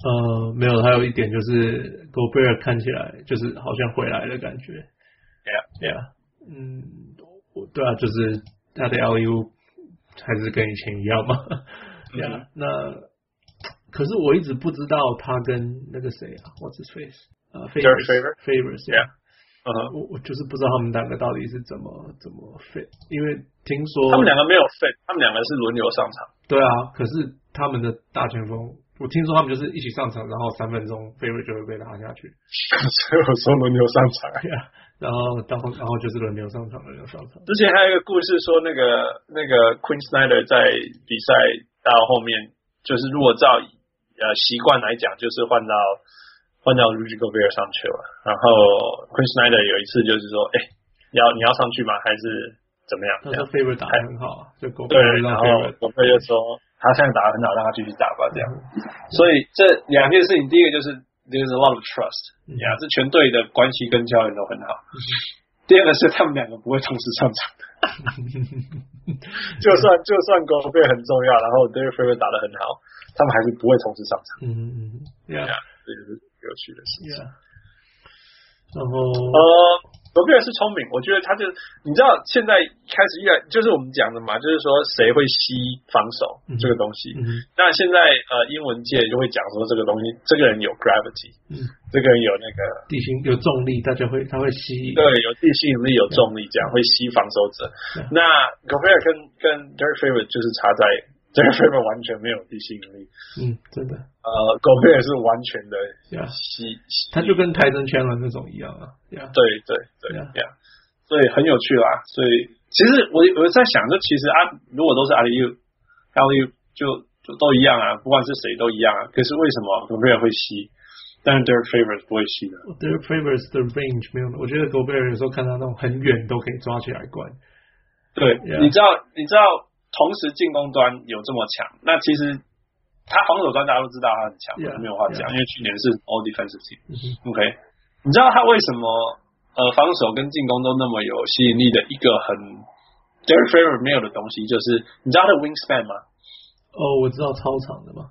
B: 呃，没有，还有一点就是狗贝尔看起来就是好像回来的感觉
A: Yeah.
B: ，Yeah，嗯，我对啊，就是他的 LU 还是跟以前一样嘛
A: 嗯
B: ，Yeah，
A: 哼
B: 那可是我一直不知道他跟那个谁啊，What's his face 啊
A: Derek Favors
B: ，Favors，Favors，Yeah。
A: 嗯哼，
B: 我我就是不知道他们两个到底是怎么怎么 fit，因为听说
A: 他们两个没有 fit，他们两个是轮流上场。
B: 对啊，可是他们的大前锋，我听说他们就是一起上场，然后三分钟飞瑞就会被拉下去，
A: 所以我说轮流上场。
B: 对啊， 然后然后然后就是轮流上场，轮流上场，
A: 之前还有一个故事说，那个那个 Queen Snyder 在比赛到后面，就是如果照呃习惯来讲，就是换到换到 Rudy Gobert 上去了。然后 Queen Snyder 有一次就是说，哎、你要你要上去吗？还是怎么样？
B: 但
A: 这样
B: 是飞瑞打得很好啊，就够
A: 对，然
B: 让
A: 后
B: 飞瑞
A: 我哥就说，他现在打得很好，让他继续打吧，这样。
B: 样，
A: 所以这两件事情，第一个就是 there's a lot of trust，
B: 嗯
A: 呀、这全队的关系跟教练都很好。第二个是他们两个不会同时上场。
B: 嗯
A: 就算就算狗贝很重要，然后 d a r r Favor 打得很好，他们还是不会同时上场。
B: 嗯嗯
A: 对
B: ，Yeah
A: 啊，这就是有趣的事情。
B: Yeah，然后
A: 呃，狗贝尔是聪明，我觉得他就你知道现在开始越来就是我们讲的嘛，就是说谁会吸防守
B: 嗯
A: 这个东西。
B: 嗯
A: 那现在呃，英文界就会讲说这个东西，这个人有 gravity，
B: 嗯，
A: 这个人有那个
B: 地形有重力，大家会他会吸引，
A: 对，有地吸引力，有重力，这样会吸防守者。
B: 对
A: 那 g o b e r 跟跟 Derek Favor 就是差在 Derek Favor 完全没有地吸引力，
B: 嗯，真的
A: 呃 g o b e r 是完全的
B: ，Yeah，
A: 吸，吸
B: 啊他就啊跟台灯圈了那种一样啊，Yeah，
A: 对对对
B: Yeah
A: 呀，所以很有趣啦。所以其实我我在想，就其实啊，如果都是 LU LU 就就都一样啊，不管是谁都一样啊。可是为什么 g o b e r 会吸，但是 Derek Favor 不会吸呢？
B: Derek Favors 的 range 没有，我觉得 Gobert 有时候看他那种很远都可以抓起来灌。
A: 对
B: Yeah
A: 你知道，你知道，同时进攻端有这么强，那其实他防守端大家都知道他很强
B: Yeah
A: 没有话讲
B: Yeah
A: 因为去年是 All Defensive Team。
B: 嗯哼
A: OK，你知道他为什么呃防守跟进攻都那么有吸引力的一个很 Derek Favor 没有的东西，就是你知道他的 wingspan 吗？
B: 哦，我知道操场的嘛。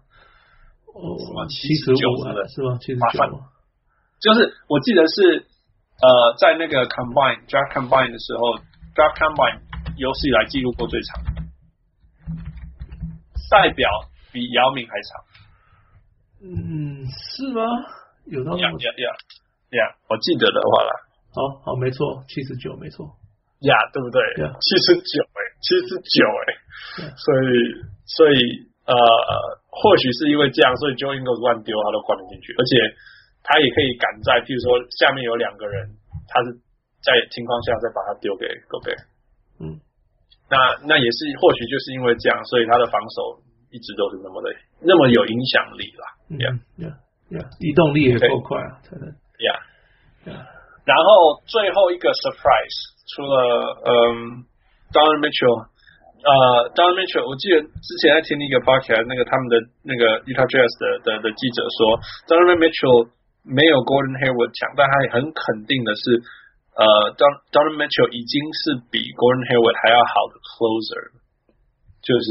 B: 哦
A: 什么，
B: 七十五
A: 79
B: 是吗？七十
A: 麻烦
B: 九。啊
A: 就是我记得是呃在那个 combine draft combine 的时候，draft combine 有史以来记录过最长，代表比姚明还长。
B: 嗯，是吗？有到
A: 呀
B: 那么
A: 呀呀呀！我记得的话啦，
B: 好好，没错，七十九，没错。
A: 呀，对不对
B: Yeah.？
A: 七十九哎，七十九哎
B: Yeah.，
A: 所以所以呃，或许是因为这样，所以 Joe Ingles 乱丢他都灌得进去，而且他也可以赶在，譬如说下面有两个人，他是在情况下再把他丢给 g o b e
B: 嗯，
A: 那那也是或许就是因为这样，所以他的防守一直都是那么的那么有影响力啦，
B: 嗯
A: Yeah.
B: ，Yeah，Yeah，移动力也够快啊，才能。
A: 呀、
B: Yeah.
A: 然后最后一个 surprise，除了嗯 Don Mitchell，呃 Don Mitchell，我记得之前在听一个 podcast，那个他们的那个 Utah Jazz 的的的记者说，Don Mitchell 没有 Gordon Hayward 强，但他也很肯定的是，呃 Don Don Mitchell 已经是比 Gordon Hayward 还要好的 closer，就是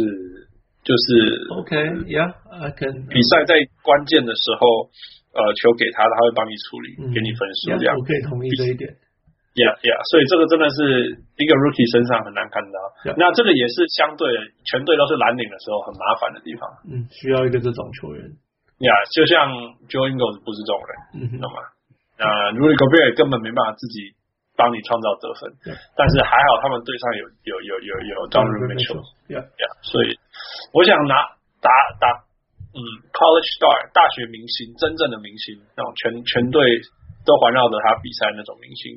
A: 就是。
B: 哦 OK，Yeah，I can。
A: 比赛在关键的时候，呃，球给他，他会帮你处理，
B: 嗯
A: 给你分数
B: yeah，
A: 这样
B: 我。可以同意这一点。
A: Yeah, yeah，所以这个真的是一个 rookie 身上很难看到。
B: Yeah.
A: 那这个也是相对的，全队都是蓝领的时候很麻烦的地方。
B: 嗯，需要一个这种球员，
A: Yeah，就像 Joe Ingles 不是这种人，
B: 嗯
A: 你
B: 哼
A: 懂，吗？那 Rudy Gobert 根本没办法自己帮你创造得分
B: Yeah.
A: 但是还好他们队上有有有有有 Donovan Mitchell。
B: ，Yeah，
A: 呀，所以我想拿打打嗯 college star 大学明星，真正的明星，那种全全队都环绕着他比赛那种明星，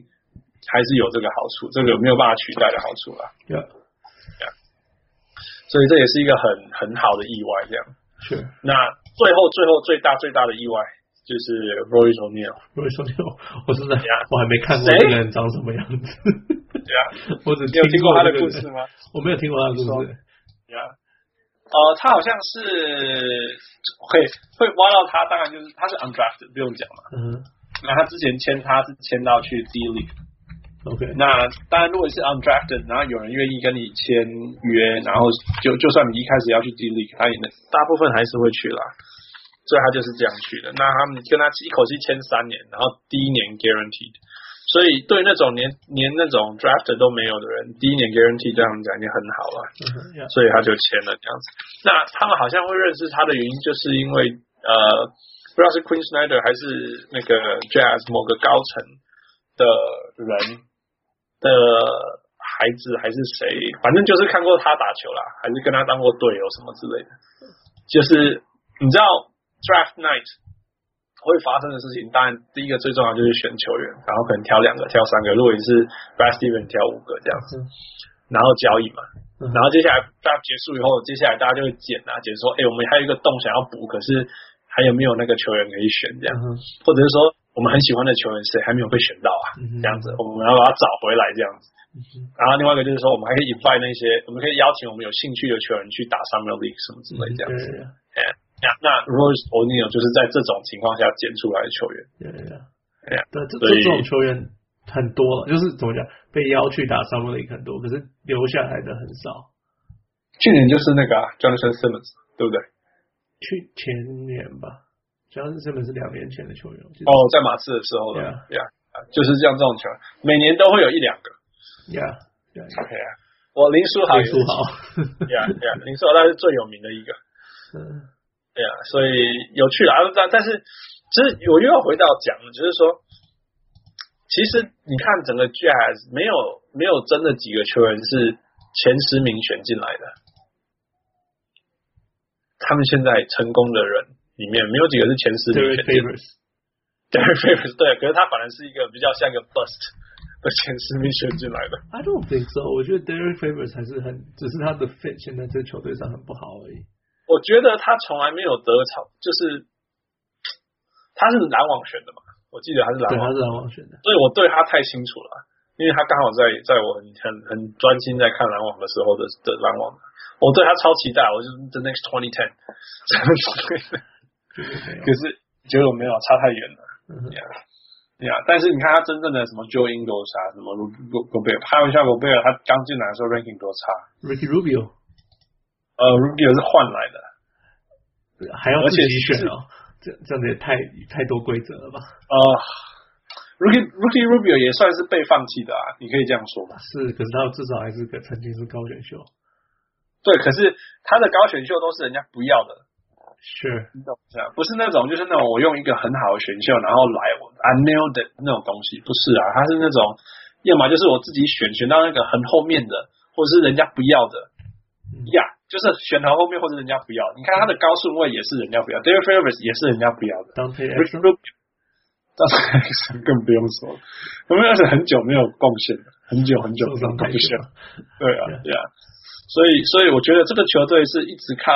A: 还是有这个好处，这个没有办法取代的好处啦。
B: Yeah，
A: 所以这也是一个很很好的意外，这样。
B: 是。
A: 那最后最后最大最大的意外就是 Roy O'Neal，
B: 如果说我 我真的
A: Yeah.
B: 我还没看过
A: 谁
B: 这个人长什么样子，
A: 对啊，
B: 我只
A: 你 有听过他的
B: 这
A: 故
B: 个
A: 事
B: 人，
A: 吗？
B: 我没有听过他的故事。
A: 对啊。呃，他好像是会会挖到他，当然就是他是 undrafted，不用讲嘛。
B: 嗯
A: 那他之前签他是签到去 D League，
B: ，OK，
A: 那当然，如果你是 undrafted，然后有人愿意跟你签约，然后就就算你一开始要去 D League，他也能大部分还是会去啦。所以他就是这样去的。那他们跟他一口气签三年，然后第一年 guaranteed。所以对那种连连那种 draft 都没有的人，第一年 guarantee 对他们讲已经很好了，
B: 嗯哼，Yeah，
A: 所以他就签了这样子。那他们好像会认识他的原因，就是因为呃，不知道是 Queen Snyder 还是那个 Jazz 某个高层的人的孩子还是谁，反正就是看过他打球啦，还是跟他当过队友什么之类的。就是你知道 draft night 会发生的事情，当然第一个最重要就是选球员，然后可能挑两个、挑三个，如果你是 Brad Steven 挑五个这样子，然后交易嘛。
B: 嗯
A: 然后接下来 draft 结束以后，接下来大家就会捡啊，捡说，哎、我们还有一个洞想要补，可是还有没有那个球员可以选这样
B: 嗯？哼，
A: 或者是说我们很喜欢的球员谁还没有被选到啊
B: 嗯哼，
A: 这样子我们要把他找回来这样子
B: 哼。
A: 然后另外一个就是说，我们还可以 invite 那些，我们可以邀请我们有兴趣的球员去打 summer league 什么之类这样子。
B: 嗯对
A: 那那 Rose O'Neal 就是在这种情况下捡出来的球员。
B: 对对对
A: 哎呀，
B: 对，这
A: 所
B: 这
A: 以
B: 这种球员很多了，就是怎么讲，被邀去打 summer league 很多，可是留下来的很少。
A: 去年就是那个、啊、Jonathan Simmons，对不对？
B: 去前年吧，像是这本是两年前的球员，我记
A: 哦，
B: 得
A: 在马刺的时候了
B: Yeah.，
A: 对啊，就是像这种球员，每年都会有一两个。
B: ，Yeah，对，
A: 对啊，我林书豪也是
B: 配数好，
A: 对啊对啊，林书豪他是最有名的一个。
B: 嗯
A: 对啊，所以有趣啦。但但是，其实我又要回到讲，就是说，其实你看整个 Jazz 没有没有真的几个球员是前十名选进来的，他们现在成功的人里面没有几个是前十名选进
B: ，Derek
A: 来的。
B: Favors，
A: Derek Favors 对，可是他反而是一个比较像一个 bust 的前十名选进来的。
B: I don't think so。我觉得 Derek Favors 还是很，只是他的 fit 现在在球队上很不好而已。
A: 我觉得他从来没有得超，就是他是篮网选的嘛，我记得他是篮
B: 对，
A: 网
B: 他是篮网选的。
A: 所以我对他太清楚了，因为他刚好在在我很很很专心在看篮网的时候的的篮网，我对他超期待，我就是 the next twenty ten，可是结果没有差太远了，
B: 嗯哼
A: 对啊，对啊，但是你看他真正的什么 Joe Ingles 啊，什么 Go Go 贝尔，开玩笑 Go 贝尔他刚进来的时候 ranking 多差，
B: Ricky Rubio
A: 呃 Rubio 是换来的，
B: 还要
A: 而
B: 自己
A: 且是
B: 选哦，这这样子也太太多规则了吧？
A: 呃 Rookie Rookie Rubio 也算是被放弃的啊，你可以这样说吧。
B: 是，可是他至少还是个曾经是高选秀。
A: 对，可是他的高选秀都是人家不要的，
B: Sure，
A: 你懂是啊，不是那种就是那种我用一个很好的选秀然后来我 I nailed 的那种东西，不是啊，它是那种要么就是我自己选选到那个很后面的，或者是人家不要的
B: 嗯
A: 呀就是选到后面或者人家不要。你看他的高顺位也是人家不要，David Favors 也是人家不要的
B: 当配
A: r i c h r u b i 但是更不用说了，我们要是很久没有贡献了，很久很久
B: 受
A: 没有
B: 伤
A: 贡
B: 太
A: 献
B: 久
A: 了。 对啊，对啊，所以所以我觉得这个球队是一直靠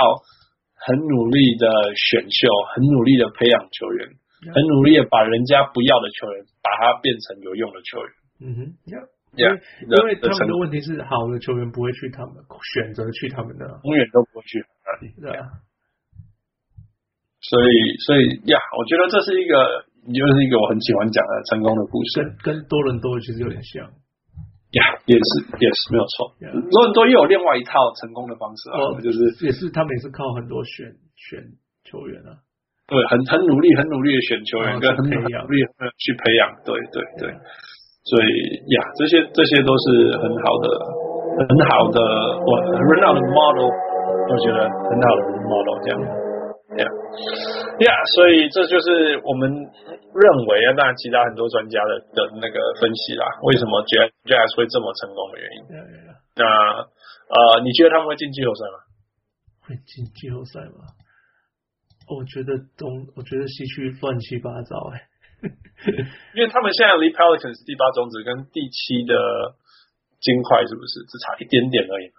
A: 很努力的选秀，很努力的培养球员，很努力的把人家不要的球员，把他变成有用的球员。
B: 嗯哼，Yeah，因
A: Yeah，
B: 为因为
A: 的
B: 他们
A: 成
B: 的问题是，好的球员不会去他们选择去他们的，
A: 永远都不会去哪里。
B: 对啊，
A: 所以所以呀，我觉得这是一个就是一个我很喜欢讲的成功的故事
B: 跟跟多伦多其实有点
A: 啊
B: 像。
A: 呀，也是也是没有错。
B: Yeah
A: 多伦多也有另外一套成功的方式啊，
B: 哦
A: 就是
B: 也是他们也是靠很多选选球员啊。
A: 对，很很努力、很努力的选球员，
B: 哦
A: 跟
B: 去
A: 很
B: 培
A: 很
B: 养
A: 努力地去培养。对对对，所以呀，这些这些都是很好的、很好的，我很好的 model，我觉得很好的 model 这样。Yeah, yeah，所以这就是我们认为啊，当然其他很多专家的的那个分析啦，为什么 Jazz Jazz 会这么成功的原因。
B: 对对对
A: 那呃，你觉得他们会进季后赛吗？
B: 会进季后赛吗？我觉得东，我觉得西区乱七八糟哎、
A: 因为他们现在离 Pelicans 第八种子跟第七的金块是不是只差一点点而已？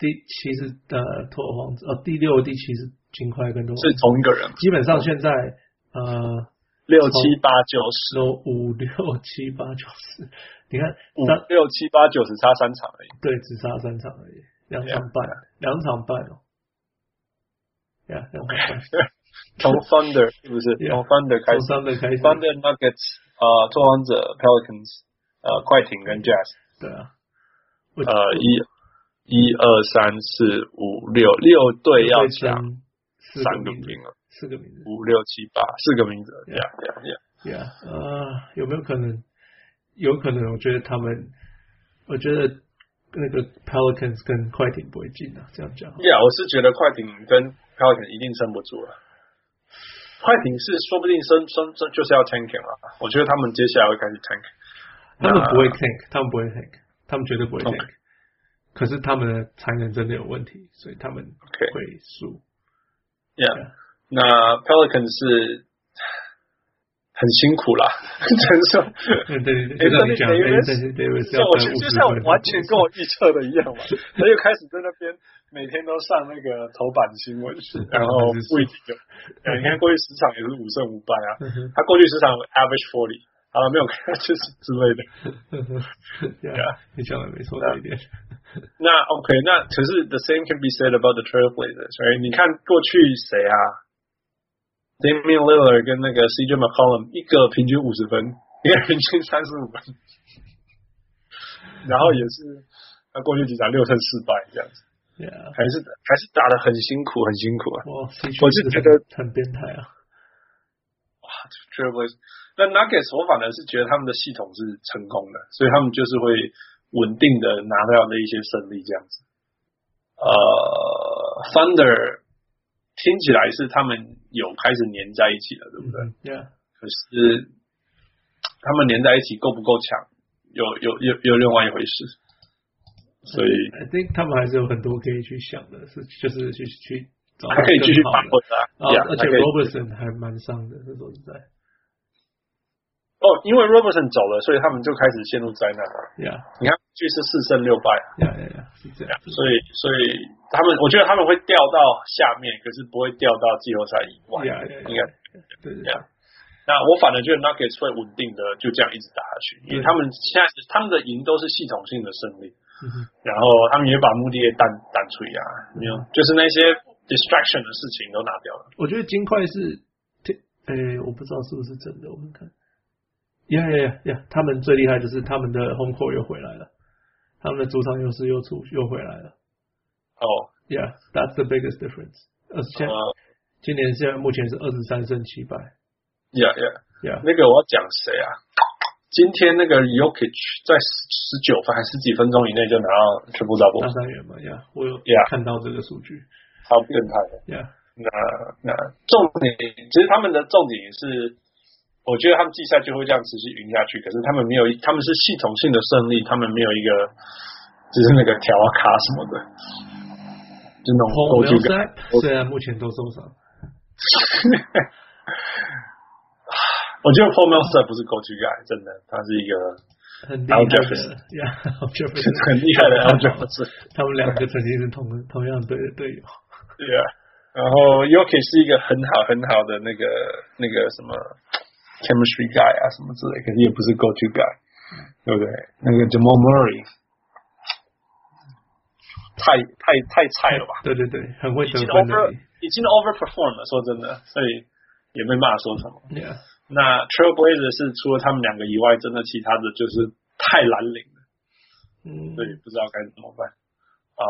B: 第七是呃拓荒者，呃第六、第七是金块跟拓荒
A: 是
B: 者，
A: 同一个人，
B: 基本上现在呃
A: 六七八九十
B: 有五六七八九十，你看
A: 五
B: 三
A: 六七八九只差三场而已。
B: 对只差三场而已，两场半，两场半哦，呀两场半，
A: 从 Thunder 是不是？
B: Yeah
A: 从 Thunder 开
B: 从
A: 始
B: 三的开始，
A: ，Thunder Nuggets 呃，拓荒者 Pelicans 呃，快艇跟 Jazz
B: 对啊，我
A: 呃，一一二三四五六六队要
B: 会
A: 抢
B: 争四
A: 三个
B: 名字
A: 名，额，
B: 四个名字。
A: 五六七八四个名额，这样这样这样。
B: Yeah，呃，有没有可能？有可能，我觉得他们，我觉得那个 Pelicans 跟快艇不会进啊。这样讲，
A: 呀，我是觉得快艇跟 Pelicans 一定撑不住了。快艇是说不定升升升就是要 tanking 了，我觉得他们接下来会开始 tank。
B: 他们
A: 那
B: 不会 tank，他们不会 tank，他们绝对不会
A: 呃 OK
B: tank。可是他们的才能真的有问题，所以他们
A: OK
B: 会输。
A: Yeah，那 Pelican 是很辛苦 啦，只能说，
B: 嗯对对对，就像你讲，
A: Anthony 哎 Davis-
B: 对对对对，
A: 就
B: 要
A: 我
B: 得
A: 就
B: 五
A: 就
B: 十
A: 像我
B: 分，
A: 完全跟我预测的一样嘛，他就开始在那边每天都上那个头版新闻，然后
B: 是是
A: 不一定有，呃你看过去十场也是五胜五败啊，
B: 嗯哼
A: 他过去十场 average forty，好了没有看就是之类的。
B: 嗯对
A: 对
B: 啊， 你讲的没错，这一点。
A: 那 OK，那可是 the same can be said about the Trailblazers，所以你看过去谁啊？Damian Lillard 跟那个 CJ McCollum 一个平均五十分，一个平均三十五分，然后也是他过去几场六胜四败这样子，
B: Yeah，
A: 还是还是打的很辛苦，很辛苦啊。
B: 哇，西区
A: 我是
B: 很
A: 觉得
B: 很变态啊。
A: Trailblazers，那 Nuggets 我反而是觉得他们的系统是成功的，所以他们就是会稳定的拿到的一些胜利这样子。呃，Thunder 听起来是他们有开始粘在一起了，对不对？
B: 嗯，Yeah，
A: 可是他们粘在一起够不够强，有有有有另外一回事。所以
B: I think 他们还是有很多可以去想的，是就是去去找
A: 还可以继续
B: 更
A: 发
B: 好
A: 挥
B: 的。
A: 啊，
B: 然
A: Yeah，
B: 后而且
A: 还可以
B: Robertson 还蛮伤的，那时候在
A: 哦，因为 Robertson 走了，所以他们就开始陷入灾难了。
B: ，Yeah
A: 你看，这是四胜六败，
B: Yeah Yeah Yeah 是这样子。
A: 所以，所以他们，我觉得他们会掉到下面，可是不会掉到季后赛以外。
B: Yeah Yeah
A: 应该
B: Yeah，对对
A: Yeah 那我反而觉得 Nuggets 会稳定的就这样一直打下去，因为
B: 对
A: 他们现在是他们的赢都是系统性的胜利，
B: 嗯哼
A: 然后他们也把目的也淡淡出啊，没
B: 嗯
A: 有，就是那些 distraction 的事情都拿掉了。
B: 我觉得金块是，呃，我不知道是不是真的，我们看。Yeah Yeah Yeah，yeah，他们最厉害就是他们的 home court 又回来了，他们的主场优势又出又回来了。
A: 哦，
B: Yeah，that's the biggest difference。呃，现
A: 呃
B: 在今年现在目前是二十三胜七败。
A: ，Yeah Yeah，
B: Yeah，
A: 那个我要讲谁啊？今天那个 Yokich 在十九分还十几分钟以内就拿到 triple double，
B: 大三元嘛，Yeah，我有
A: Yeah
B: 看到这个数据
A: 超变态的。
B: ，Yeah。
A: 那那重点，其实他们的重点也是，我觉得他们季赛就会这样持续赢下去。可是他们没有，他们是系统性的胜利，他们没有一个就是那个条啊卡什么的，就那种勾
B: Paul
A: 住感。
B: Millsap 虽然目前都受伤，
A: 我觉得 Paul Millsap 不是勾住感，真的，他是一个
B: 很厉害
A: Al Jefferson
B: 的，Yeah，Al Jefferson
A: 很厉害的 L 角色。
B: 他们两个曾经是同 同样队的队友。
A: 对啊，然后 Yuki 是一个很好很好的那个那个什么 chemistry guy 啊什么之类，可是也不是 go to guy，对不对？那个 Jamal Murray 太太太菜了吧？
B: 对对对，很会
A: 已
B: 得
A: 经
B: 分的
A: over 已经 overperform 了，说真的，所以也没办法说什么。
B: ，Yeah，
A: 那 Trailblazer 是除了他们两个以外，真的其他的就是太蓝领了。
B: 嗯
A: 所以不知道该怎么办。嗯，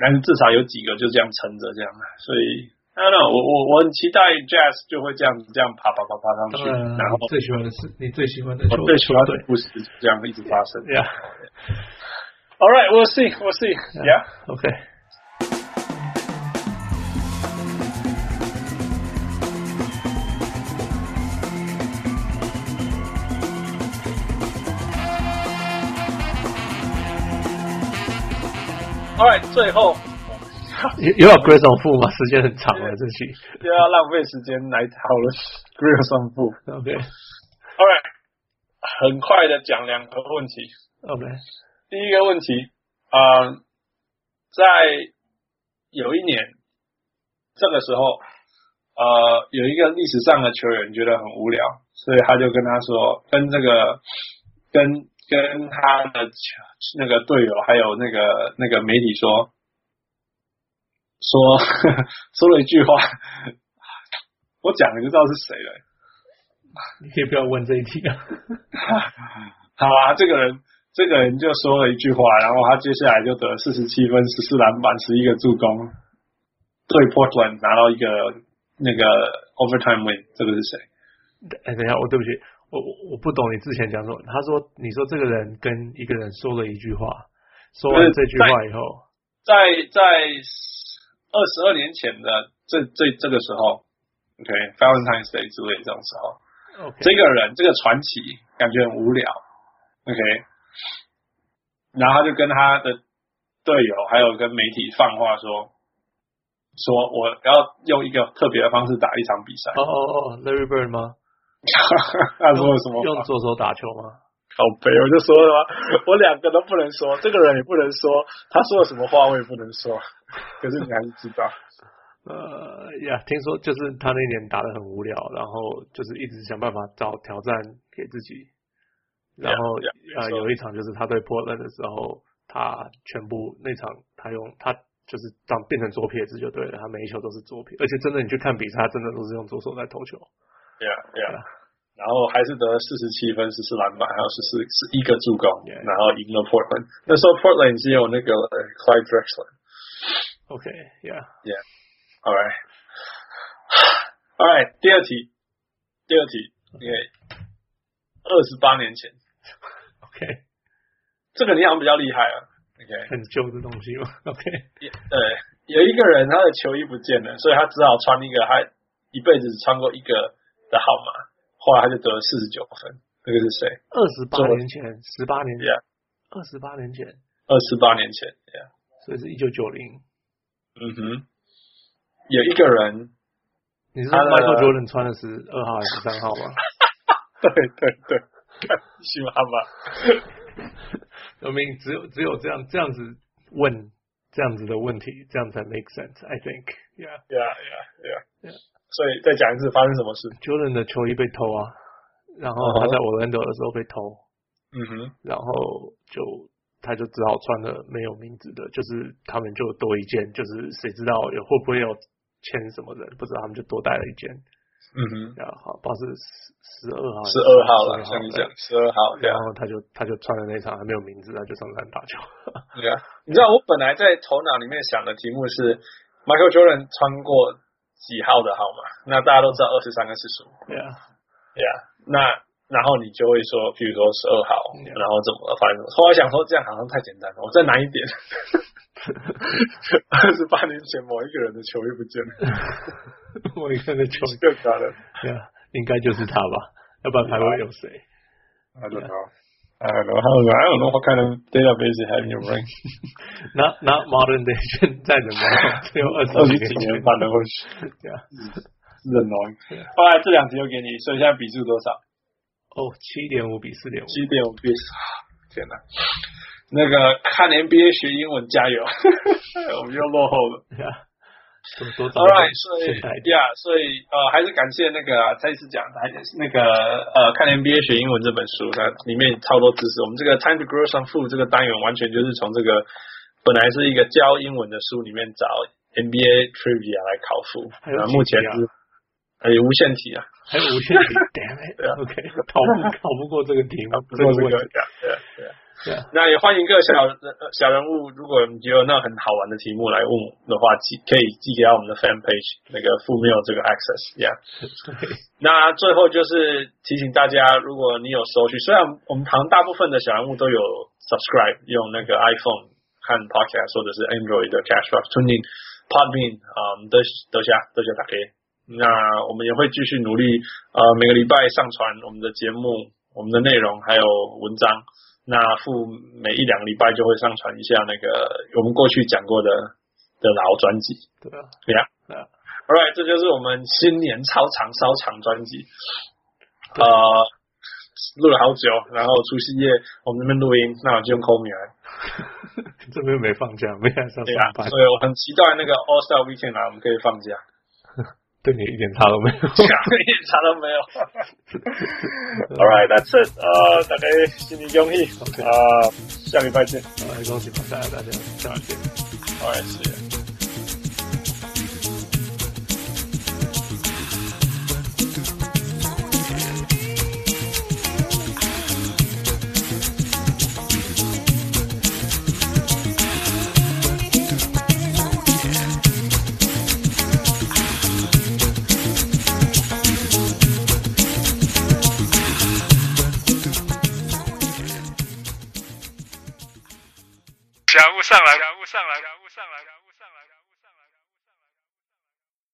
A: 但是至少有几个就这样撑着这样，所以 I don't know，我我我很期待 Jazz 就会这样这样爬爬爬爬上
B: 当
A: 去，
B: 然，
A: 然后
B: 最喜欢的是你最喜欢啊的
A: 我
B: 球队，
A: 最喜欢的故事就这样一直发生。
B: 对啊呀
A: All right, we'll see, we'll see. Yeah.
B: ，OK。
A: All right，最后
B: 又又要 Grace on 负吗？时间很长了，这期
A: 又要浪费时间来讨论 Grill 胜 负。
B: OK
A: All right，很快的讲两个问题。
B: OK，
A: 第一个问题，啊、在有一年这个时候，呃，有一个历史上的球员觉得很无聊，所以他就跟他说，跟这个跟跟他的球那个队友还有那个那个媒体说，说 说了一句话，我讲了就知道是谁了。
B: 你可以不要问这一题啊。
A: 好啊，这个人，这个人就说了一句话，然后他接下来就得四十七分、十四篮板、十一个助攻，对 Portland 拿到一个那个 overtime win，这个是谁？
B: 哎，等一下，我对不起，我我我不懂你之前讲什么。他说，你说这个人跟一个人说了一句话，说完这句话以后，
A: 在在二十二年前的这这这个时候，OK，Valentine's、Day 之类的这种时候，
B: OK，
A: 这个人这个传奇感觉很无聊，OK，然后他就跟他的队友还有跟媒体放话说，说我要用一个特别的方式打一场比赛。
B: 哦哦哦，Larry Bird 吗？
A: 他说了什么话？
B: 用左手打球吗？
A: 靠背，我就说了，我两个都不能说，这个人也不能说，他说了什么话我也不能说，可是你还是知道。
B: 呃呀，听说就是他那年打的很无聊，然后就是一直想办法找挑战给自己。然后
A: Yeah, yeah,
B: 呃，
A: 没错
B: 有一场就是他对 Portland 的时候，他全部那场他用他就是当变成左撇子就对了，他每一球都是左撇，而且真的你去看比赛，他真的都是用左手在投球。
A: Yeah, yeah. 然后还是得了四十七分、十四篮板，还有十四十一个助攻
B: Yeah.
A: 然后赢了 Portland。那时候 Portland 只有那个呃 Clyde Drexler。
B: OK，Yeah，
A: All right, all right. 第二题，第二题，OK，二十八年前，
B: OK，
A: 这个你好像比较厉害啊。OK，
B: 很旧的东西嘛。OK，
A: 对，有一个人他的球衣不见了，所以他只好穿一个他一辈子只穿过一个的号码，后来他就得了四十九分。这个是谁？
B: 二十八年前，十八年前
A: Yeah，，
B: 二十八年前，
A: 二十八年前。Yeah，
B: 所以是一九九零。
A: 嗯哼，有一个人，
B: 你是说
A: 他的
B: Michael Jordan 穿的是二号还是三号吗？
A: 对对对，西妈妈。
B: 说明只 有只有这样这样子问这样子的问题，这样才 make sense。I think yeah，
A: Yeah, yeah, yeah.
B: Yeah.
A: 所以再讲一次发生什么事。
B: Jordan 的球衣被偷啊，然后他在 Orlando 的时候被偷，
A: 嗯哼，
B: 然后就他就只好穿了没有名字的，就是他们就多一件，就是谁知道有会不会有签什么人，不知道他们就多带了一件。
A: 嗯哼，
B: 然后好，不知道是十二号还
A: 十
B: 是
A: 二号了，
B: 12
A: 像你
B: 对
A: 讲十二号，对
B: 然
A: 啊，
B: 后他就他就穿了那场还没有名字，他就上篮打球。
A: 对啊。你知道我本来在头脑里面想的题目是 Michael Jordan 穿过几号的号码？那大家都知道二十三跟四十五，
B: 对啊，
A: 对啊。那然后你就会说，譬如说十二号，
B: Yeah.
A: 然后怎么了反正后来想说这样好像太简单了，我再难 一点。二十八年前某一个人的球衣不见了，
B: 我一看那球
A: 就搞了。
B: 对啊，应该就是他吧，要不然还会有谁？
A: I don't know. I don't know. I don't know. I don't know what kind of database you have in your brain.
B: 那那 modern day 现在的 吗？只有二
A: 二
B: 十
A: 十
B: 几
A: 几年
B: 年前，
A: 翻得过去，
B: 对啊，
A: 是很容易。后来这两题又给你，所以现在比数多少？
B: 哦，七点五比四点五，
A: 七点五比四。天哪！那个看 NBA 学英文，加油！ 我们又落后了。
B: 对啊，多多找
A: All
B: 一
A: right，所以
B: 个现代一点。
A: yeah，所以呃，还是感谢那个啊再一次讲，还是那个呃，看 NBA 学英文这本书，它里面超多知识。我们这个 Time to Grow Some Food 这个单元，完全就是从这个本来是一个教英文的书里面找 NBA trivia 来考复。
B: 还有
A: 啊
B: 几
A: 目前
B: 题啊
A: 是呃有无限题啊，
B: 还有无限 题，damn it，OK，逃不逃不过这个题目，
A: 不
B: 这
A: 过这
B: 问
A: 个
B: 题，
A: 对啊对啊对啊。
B: 对啊，
A: 那也欢迎各位小呃小人物，如果你觉得那很好玩的题目来问我们的话，寄可以寄给到我们的 fan page 那个负面有这个 access，yeah。
B: 对，
A: 那最后就是提醒大家，如果你有收取，虽然我们好像大部分的小人物都有 subscribe 用那个 iPhone 和 Podcast 或者是 Android 的 Cashbox Tuning Podbean 啊、嗯，德德霞德霞打给。那我们也会继续努力，呃，每个礼拜上传我们的节目、我们的内容还有文章。那付每一两个礼拜就会上传一下那个我们过去讲过的的老专辑。
B: 对啊，
A: Yeah.
B: 对啊，
A: All right，这就是我们新年超长超长专辑，
B: 对
A: 呃，录了好久，然后除夕夜我们那边录音，那我就用 Call Me 来，
B: 这边没放假，没来上
A: 对啊
B: 上，班，
A: 所以我很期待那个 All Star Weekend 啊，我们可以放假，
B: 对你一点差都没 有。
A: 对啊一点差都没有。All right，that's it，呃，大家新年恭喜，
B: OK
A: 呃，下礼拜见
B: 好恭喜发财，大家下期见。
A: ，All right，see you。
D: 甲物上来，甲物上来，甲物上来，甲物上来，甲物上来。